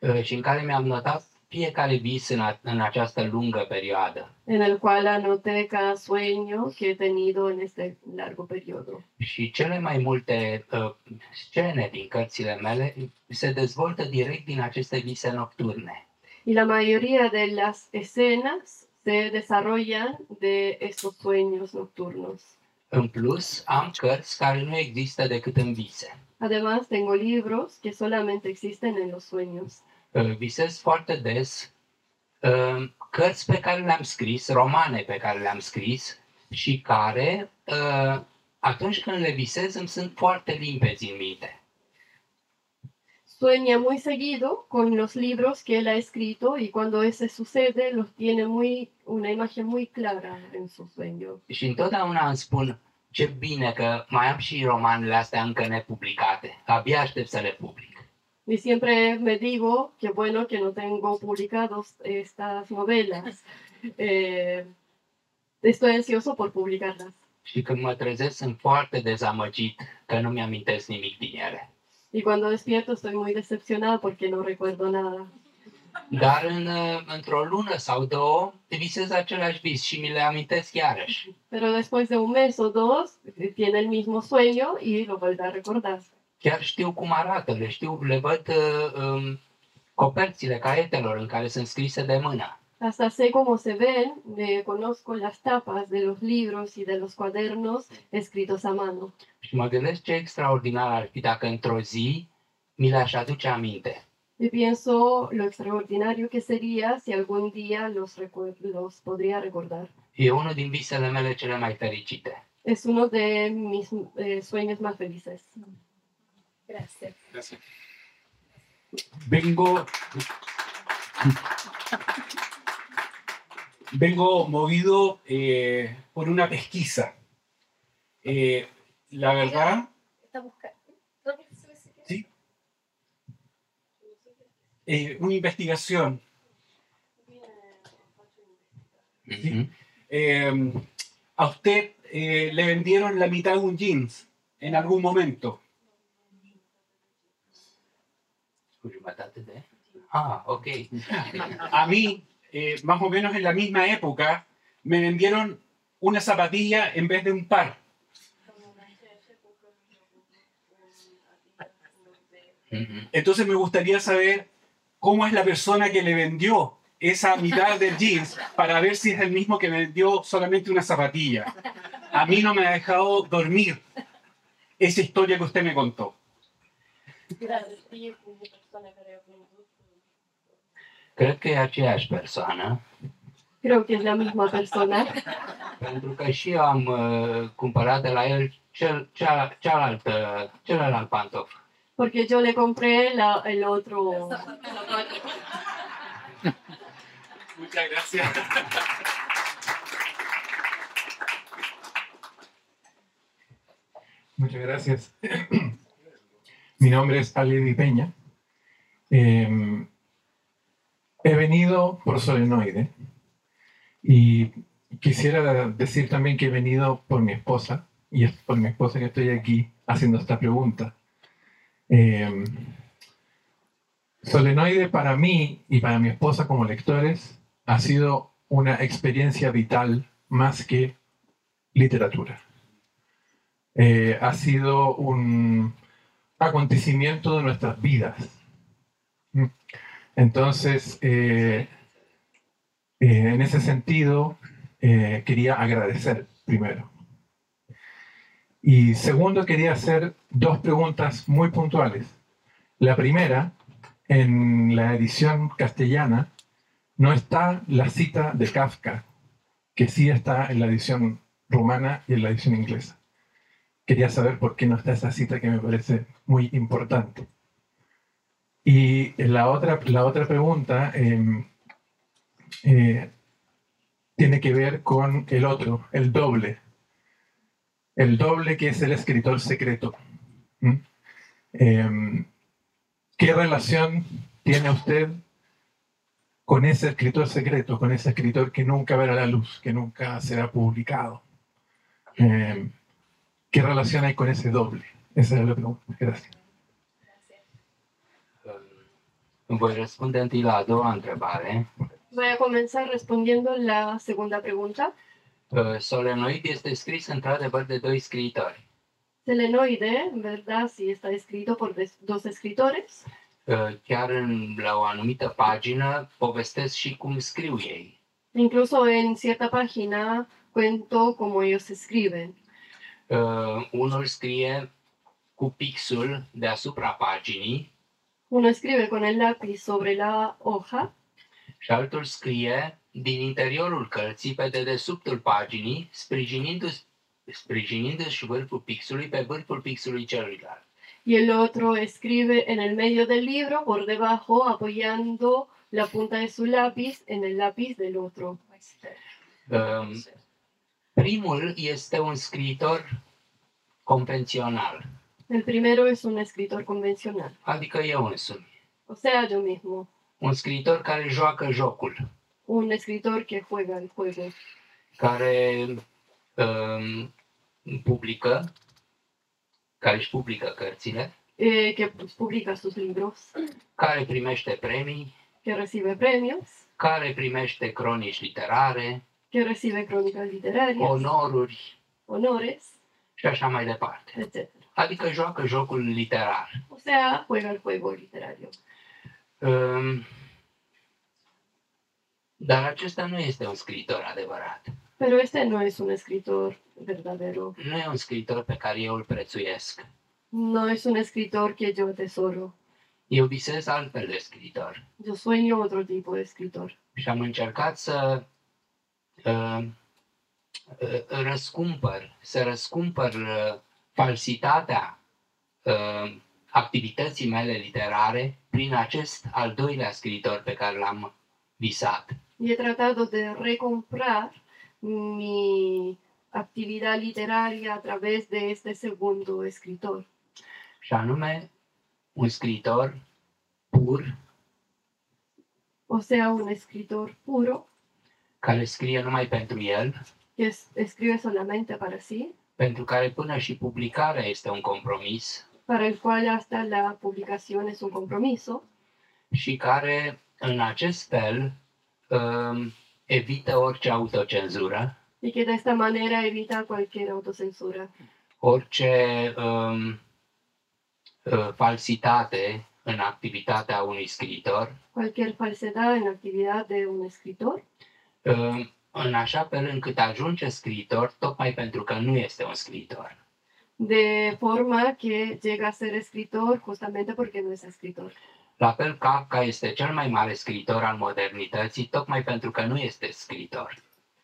S2: uh, și în care mi-am notat fiecare vis în, a, în această lungă perioadă.
S3: en el cual anoté cada sueño que he tenido en este largo periodo.
S2: Și cele mai multe uh, scene din cărțile mele se dezvoltă direct din aceste vise nocturne.
S3: Y la mayoría de las escenas se desarrollan de estos sueños nocturnos.
S2: În plus, am cărți care nu există decât în vise.
S3: Además, tengo libros que solamente existen en los sueños.
S2: Uh, visez foarte des uh, cărți pe care le-am scris, romane pe care le-am scris și care uh, atunci când le visez îmi sunt foarte limpezi în minte.
S3: Sueña muy seguido con los libros que él ha escrito y cuando ese sucede los tiene muy una imagen muy clara en su sueño.
S2: Și întotdeauna îmi spun ce bine că mai am și romanele astea încă nepublicate. Abia aștept să le public.
S3: Y siempre me digo que bueno que no tengo publicados estas novelas. Eh, estoy ansioso por publicarlas.
S2: Și când mă trezesc sunt foarte dezamăgit că nu mi-amintesc nimic din ele.
S3: Y cuando despierto estoy muy decepcionada porque no recuerdo nada.
S2: Dar în, uh, într-o lună sau două visez același vis și mi le amintesc iarăși.
S3: Pero después de un mes o dos, eh, tiene el mismo sueño y lo vuelve a recordar.
S2: Chiar știu cum arată, le știu, le văd uh, um, coperțile caietelor în care sunt scrise de mână.
S3: Hasta sé cómo se ven, me conozco las tapas de los libros y de los cuadernos escritos a mano.
S2: Și mă gândesc ce extraordinar ar fi dacă într-o zi mi le-aș aduce aminte.
S3: Y pienso lo extraordinario que sería si algún día los, recu- los podría recordar.
S2: E unul din visele mele cele mai fericite.
S3: Es uno de mis eh, sueños más felices.
S4: Gracias.
S5: Vengo. Vengo movido eh, por una pesquisa. Eh, la verdad,
S4: Está buscando. No,
S5: eh, una investigación.
S2: Mhm.
S5: Eh, a usted eh, le vendieron la mitad de un jeans en algún momento.
S2: Cu jumătate de... Ah, ok.
S5: A mí, eh, más o menos en la misma época, me vendieron una zapatilla en vez de un par.
S2: Mhm.
S5: Entonces me gustaría saber cómo es la persona que le vendió esa mitad del jeans para ver si es el mismo que me vendió solamente una zapatilla. A mí no me ha dejado dormir esa historia que usted me contó.
S2: Cred că e aceeași persoană.
S3: Creo que es la misma persona,
S2: Pentru că și eu am uh, cumpărat de la el cel, cea, cealaltă, celălalt pantof.
S3: porque yo le compré la- el otro.
S5: Muchas gracias.
S6: Muchas gracias. [clears throat] Mi nombre es Aledi Peña. Eh, he venido por solenoide y quisiera decir también que he venido por mi esposa y es por mi esposa que estoy aquí haciendo esta pregunta. Eh, solenoide para mí y para mi esposa como lectores ha sido una experiencia vital más que literatura. Eh, ha sido un acontecimiento de nuestras vidas. Mm. Entonces, eh, eh, en ese sentido, eh, quería agradecer primero. Y segundo, quería hacer dos preguntas muy puntuales. La primera, en la edición castellana, no está la cita de Kafka, que sí está en la edición rumana y en la edición inglesa quería saber por qué no está esa cita que me parece muy importante. Y la otra, la otra pregunta eh, eh, tiene que ver con el otro, el doble. El doble que es el escritor secreto. ¿Mm? Eh, ¿Qué relación tiene usted con ese escritor secreto, con ese escritor que nunca verá la luz, que nunca será publicado? Eh, ¿Qué relación hay con ese doble? Esa era la pregunta. Gracias.
S2: Um, Îmi voi răspunde întâi la a doua întrebare.
S3: Voy a comenzar respondiendo la segunda pregunta.
S2: Uh, Solenoid este scris într-adevăr de doi scriitori.
S3: Selenoide, en verdad, sí está escrito por des- dos escritores.
S2: Uh, Chiar în, la o anumită pagină povestesc și cum scriu ei.
S3: Incluso en cierta página cuento cómo ellos escriben.
S2: Uh, Unul scrie cu pixul deasupra paginii
S3: Uno escribe con el lápiz sobre la hoja
S2: și altul scrie din interiorul cărții pe dedesubtul paginii, sprijinindu-și, sprijinindu-și vârful pixului pe vârful pixului celuilalt.
S3: y el otro escribe en el medio del libro, por debajo, apoyando la punta de su lápiz en el lápiz del otro.
S2: Um, Primul este un scriitor convențional,
S3: El primero es un escritor convencional,
S2: adică eu însumi.
S3: o sea, yo mismo,
S2: Un scriitor care joacă jocul,
S3: un escritor que juega el juego,
S2: care um, publică, care își publică cărțile,
S3: eh, que pues, publica sus libros,
S2: care primește premii
S3: que recibe premios,
S2: care primește cronici literare,
S3: que recibe crónicas literarias,
S2: Oh, onoruri
S3: honores,
S2: și așa mai departe.
S3: etc.
S2: Adică joacă jocul literar.
S3: O sea, juega el juego literario.
S2: Um, Dar acesta nu este un scriitor adevărat.
S3: Pero este no es un escritor verdadero,
S2: Nu e un scriitor pe care eu îl prețuiesc.
S3: no es un escritor que yo atesoro.
S2: Eu visez altfel de scriitor.
S3: Yo sueño otro tipo de escritor.
S2: Și am încercat să uh, uh, răscumpăr, să răscumpăr uh, falsitatea uh, activității mele literare prin acest al doilea scriitor pe care l-am visat.
S3: Y he tratado de recomprar mi actividad literaria a través de este segundo escritor,
S2: Și anume, un scriitor pur
S3: o sea, un escritor puro
S2: care scrie numai pentru el,
S3: que es- escribe solamente para sí,
S2: pentru care până și publicarea este un compromis
S3: para el cual hasta la publicación es un compromiso
S2: și care, în acest fel, um, evită orice autocenzură,
S3: y que de esta manera evita cualquier autocensura,
S2: orice um, uh, falsitate în activitatea unui scriitor,
S3: cualquier falsedad en la actividad de un escritor,
S2: um, în așa fel încât ajunge scriitor tocmai pentru că nu este un scriitor.
S3: de forma que llega a ser escritor justamente porque no es escritor.
S2: La fel, Kafka este cel mai mare scriitor al modernității, tocmai pentru că nu este scriitor.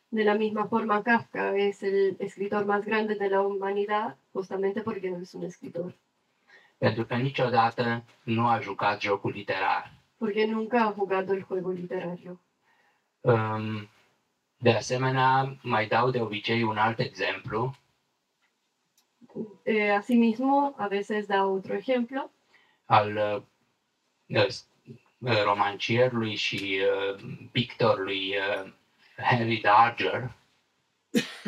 S3: De la misma forma, Kafka es el escritor más grande de la humanidad justamente porque no es un escritor,
S2: pentru că niciodată nu a jucat jocul literar.
S3: porque nunca ha jugado el juego literario.
S2: Um, De asemenea, mai dau de obicei un alt exemplu,
S3: Eh, asimismo, a veces da otro ejemplo
S2: al uh, s- uh, romancierului și uh, pictorului uh, Henry Darger,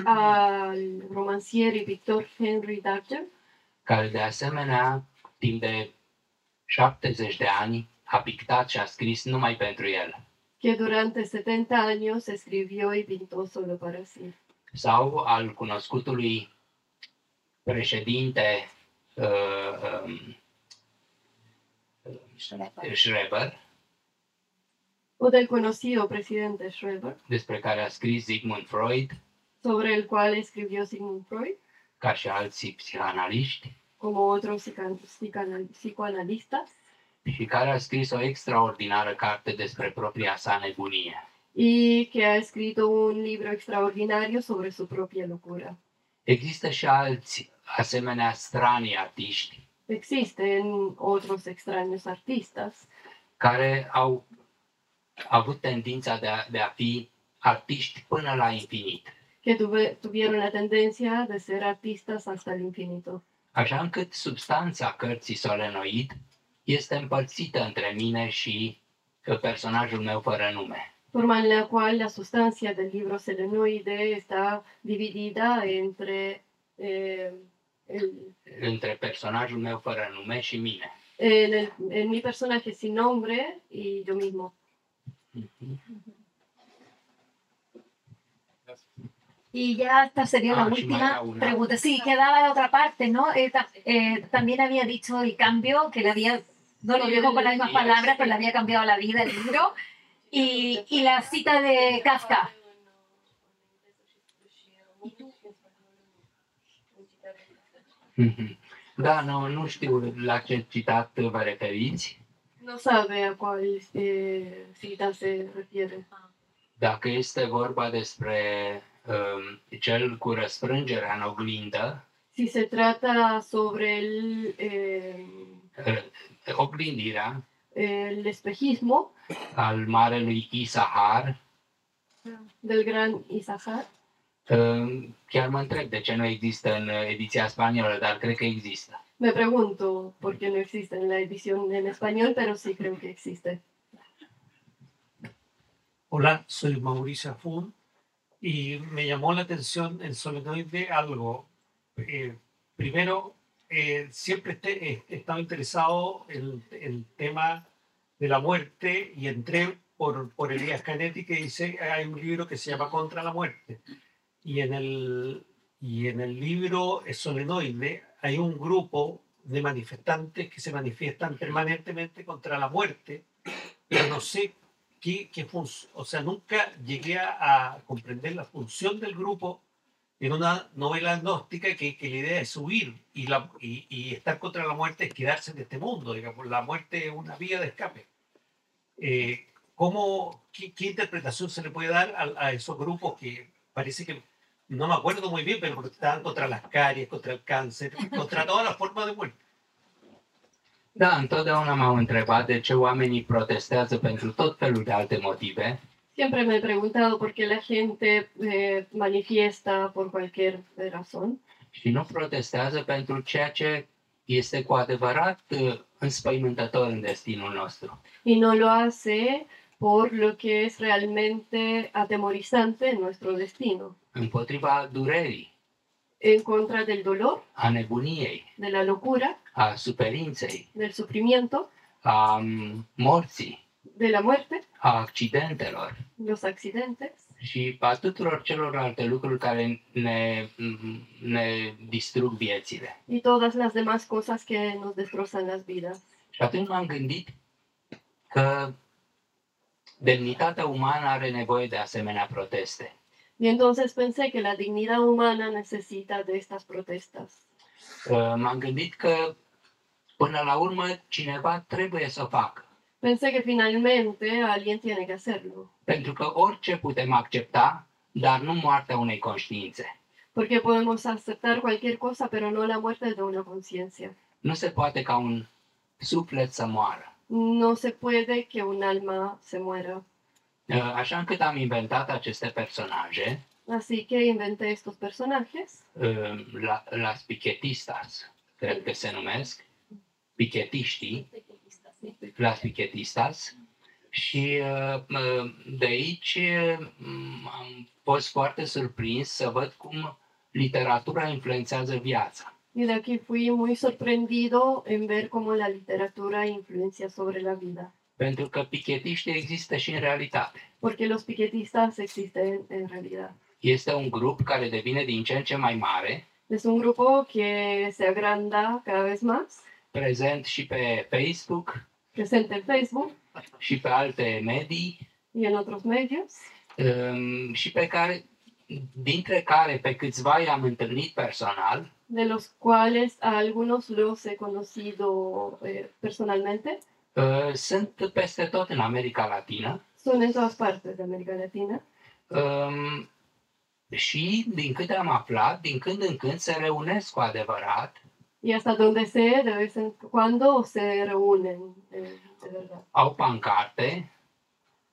S3: al romancier y pintor Henry Darger,
S2: care de asemenea, timp de 70 de ani, a pictat și a scris numai pentru el.
S3: que durante 70 años escribió y pintó solo para sí.
S2: Sau al cunoscutului președinte uh, um, Schreber,
S3: O del conocido presidente Schreber,
S2: despre care a scris Sigmund Freud,
S3: sobre el cual escribió Sigmund Freud,
S2: ca și alții psihanaliști,
S3: como otros psican- psicanal- psicoanalistas,
S2: și care a scris o extraordinară carte despre propria sa nebunie.
S3: y que ha escrito un libro extraordinario sobre su propia locura.
S2: Există și alți asemenea stranii artiști
S3: Existen otros extraños artistas
S2: care au avut tendința de a, de a fi artiști până la infinit,
S3: que tuve- tuvieron la tendencia de ser artistas hasta el infinito.
S2: așa încât substanța cărții Solenoid este împărțită între mine și uh, personajul meu fără nume.
S3: forma en la cual la sustancia del libro selenoide está dividida entre eh, el-
S2: între personajul meu fără nume și mine.
S3: en el- en mi personaje sin nombre y yo mismo.
S4: Y ya esta sería
S2: Ah,
S4: la
S2: sí, me
S4: última
S2: haga una.
S4: pregunta. Sí, quedaba la otra parte, ¿no? Eh, ta- eh, también había dicho el cambio, que le había, no lo dijo con las mismas
S2: Sí,
S4: palabras,
S2: sí.
S4: pero le había cambiado la vida el libro. Y, y la cita de Kafka.
S2: Mhm. Da, nu, nu știu la ce citat vă referiți.
S3: No sabe a cuál eh, cita se refiere.
S2: Dacă este vorba despre um, cel cu răsfrângerea în oglindă,
S3: Si se trata sobre el, eh,
S2: uh, oglindirea
S3: el espejismo
S2: al marelui Isahar,
S3: del gran Isahar,
S2: um, chiar mă întreb de ce nu există en ediția spaniolă, dar cred că există.
S3: me pregunto por qué no existe en la edición en español, pero sí creo que existe.
S7: Hola, soy Mauricio Fun y me llamó la atención en Solenoide algo. Eh, primero, eh, siempre este- he he estado interesado en el tema de la muerte y entré por, por Elías Canetti que dice, hay un libro que se llama Contra la muerte. Y en el, y en el libro Solenoide hay un grupo de manifestantes que se manifiestan permanentemente contra la muerte, pero no sé qué, qué fun- o sea, nunca llegué a, a comprender la función del grupo en una novela agnóstica que, que la idea es subir y, la, y, y estar contra la muerte es quedarse en este mundo, digamos, la muerte es una vía de escape. Eh, ¿cómo, qué, qué interpretación se le puede dar a, a esos grupos que parece que, no me acuerdo muy bien, pero están contra las caries, contra el cáncer, contra todas las formas de muerte?
S2: Da, întotdeauna m-am întrebat de ce oamenii protestează pentru tot felul de alte motive,
S3: Siempre me he preguntado por qué la gente eh, manifiesta por cualquier razón
S2: și nu protestează pentru ceea ce este cu adevărat uh, înspăimântător în destinul nostru.
S3: y no lo hace por lo que es realmente atemorizante en nuestro destino,
S2: Împotriva durerii,
S3: en contra del dolor,
S2: a nebuniei,
S3: de la locura,
S2: a suferinței,
S3: del sufrimiento,
S2: a um, morții,
S3: de la muerte,
S2: a accidentelor
S3: los accidentes
S2: și a tuturor celorlalte lucruri care ne, ne distrug viețile.
S3: y todas las demás cosas que nos destrozan las vidas.
S2: Și atunci m-am gândit că demnitatea umană are nevoie de asemenea proteste.
S3: Y entonces pensé que la dignidad humana necesita de estas protestas.
S2: Uh, M-am gândit că până la urmă cineva trebuie să o facă.
S3: Pensé que finalmente alguien tiene que hacerlo,
S2: Pentru că orice putem accepta, dar nu moartea unei conștiințe.
S3: porque podemos aceptar cualquier cosa, pero no la muerte de una conciencia.
S2: Nu se poate ca un suflet să moară.
S3: No se puede que un alma se muera.
S2: Uh, Așa încât am inventat aceste personaje,
S3: Así que inventé estos personajes,
S2: uh, la, las pichetistas, cred că se numesc, pichetiștii, las pichetistas și uh, uh, de aici uh, am fost foarte surprins să văd cum literatura influențează viața.
S3: y de aquí fui muy sorprendido en ver cómo la literatura influencia sobre la vida,
S2: Pentru că pichetiștii există și în realitate.
S3: porque los piquetistas existen en realidad.
S2: Este un grup care devine din ce în ce mai mare,
S3: Es un grupo que se agranda cada vez más,
S2: prezent și pe Facebook
S3: presente en Facebook
S2: și pe alte medii
S3: y en otros medios,
S2: um, și pe care, dintre care pe câțiva i-am întâlnit personal
S3: de los cuales a algunos los he conocido eh, personalmente.
S2: uh, sunt peste tot în America Latină
S3: Son en todas partes de América Latina.
S2: Um, și, din câte am aflat, din când în când se reunesc cu adevărat,
S3: Y hasta donde sé, de vez en cuando se reúnen, eh, de verdad.
S2: au pancarte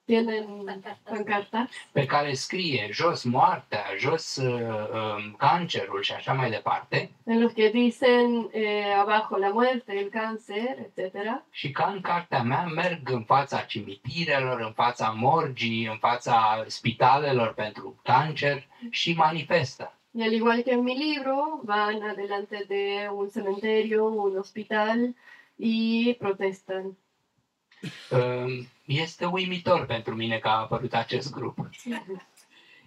S3: Tienen pancartas
S2: pe care scrie jos moartea, jos uh, um, cancerul și așa mai departe.
S3: en los que dicen eh, abajo la muerte, el cáncer, etc.
S2: Și ca în cartea mea merg în fața cimitirelor, în fața morgii, în fața spitalelor pentru cancer și manifestă.
S3: Y al igual que en mi libro, van adelante de un cementerio, un hospital y protestan.
S2: Um, este uimitor pentru mine că a apărut acest grup.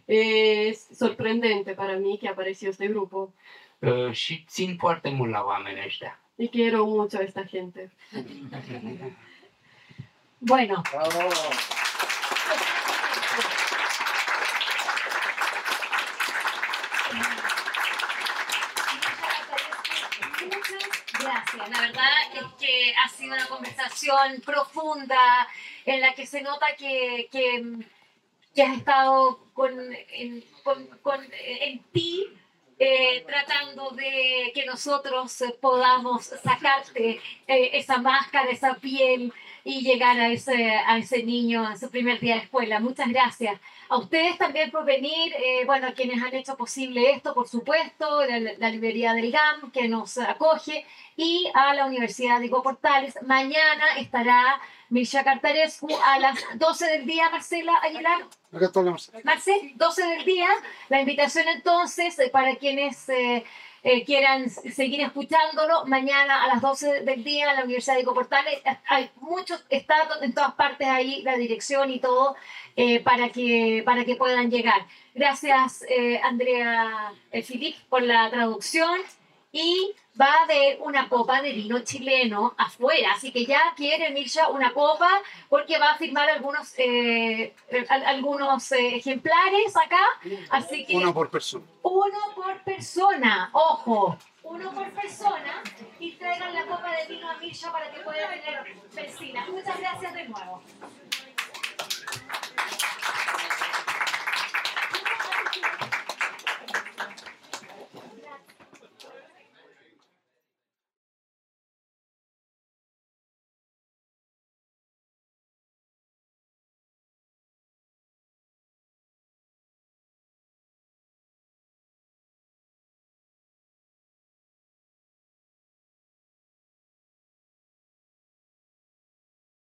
S3: Es sorprendente para mí que apareció este grupo
S2: Uh, și țin foarte mult la oamenii ăștia.
S3: y quiero mucho a esta gente.
S4: Bueno, Muchas gracias. La verdad es que ha sido una conversación profunda en la que se nota que, que, que has estado con, en, con- con- en ti eh, tratando de que nosotros eh, podamos sacarte eh, esa máscara, esa piel y llegar a ese, a ese niño en su primer día de escuela. Muchas gracias. A ustedes también por venir, eh, bueno, a quienes han hecho posible esto, por supuesto, la, la librería del GAM que nos acoge y a la Universidad de Diego Portales. Mañana estará Mircea Cartarescu a las 12 del día, Marcela Aguilar.
S8: Acá estamos.
S4: Marce, 12 del día. La invitación entonces eh, para quienes eh, eh, quieran s- seguir escuchándolo, mañana a las 12 del día en la Universidad de Coportales, hay muchos, está to- en todas partes ahí la dirección y todo eh, para, que, para que puedan llegar. Gracias, eh, Andrea eh, Filip, por la traducción. Y va a haber una copa de vino chileno afuera, así que ya quiere Mircha una copa porque va a firmar algunos, eh, al- algunos eh, ejemplares acá. Así que
S8: Uno por persona.
S4: uno por persona, ojo, uno por persona y traigan la copa de vino a Mircha para que pueda tener vecina. Muchas gracias de nuevo.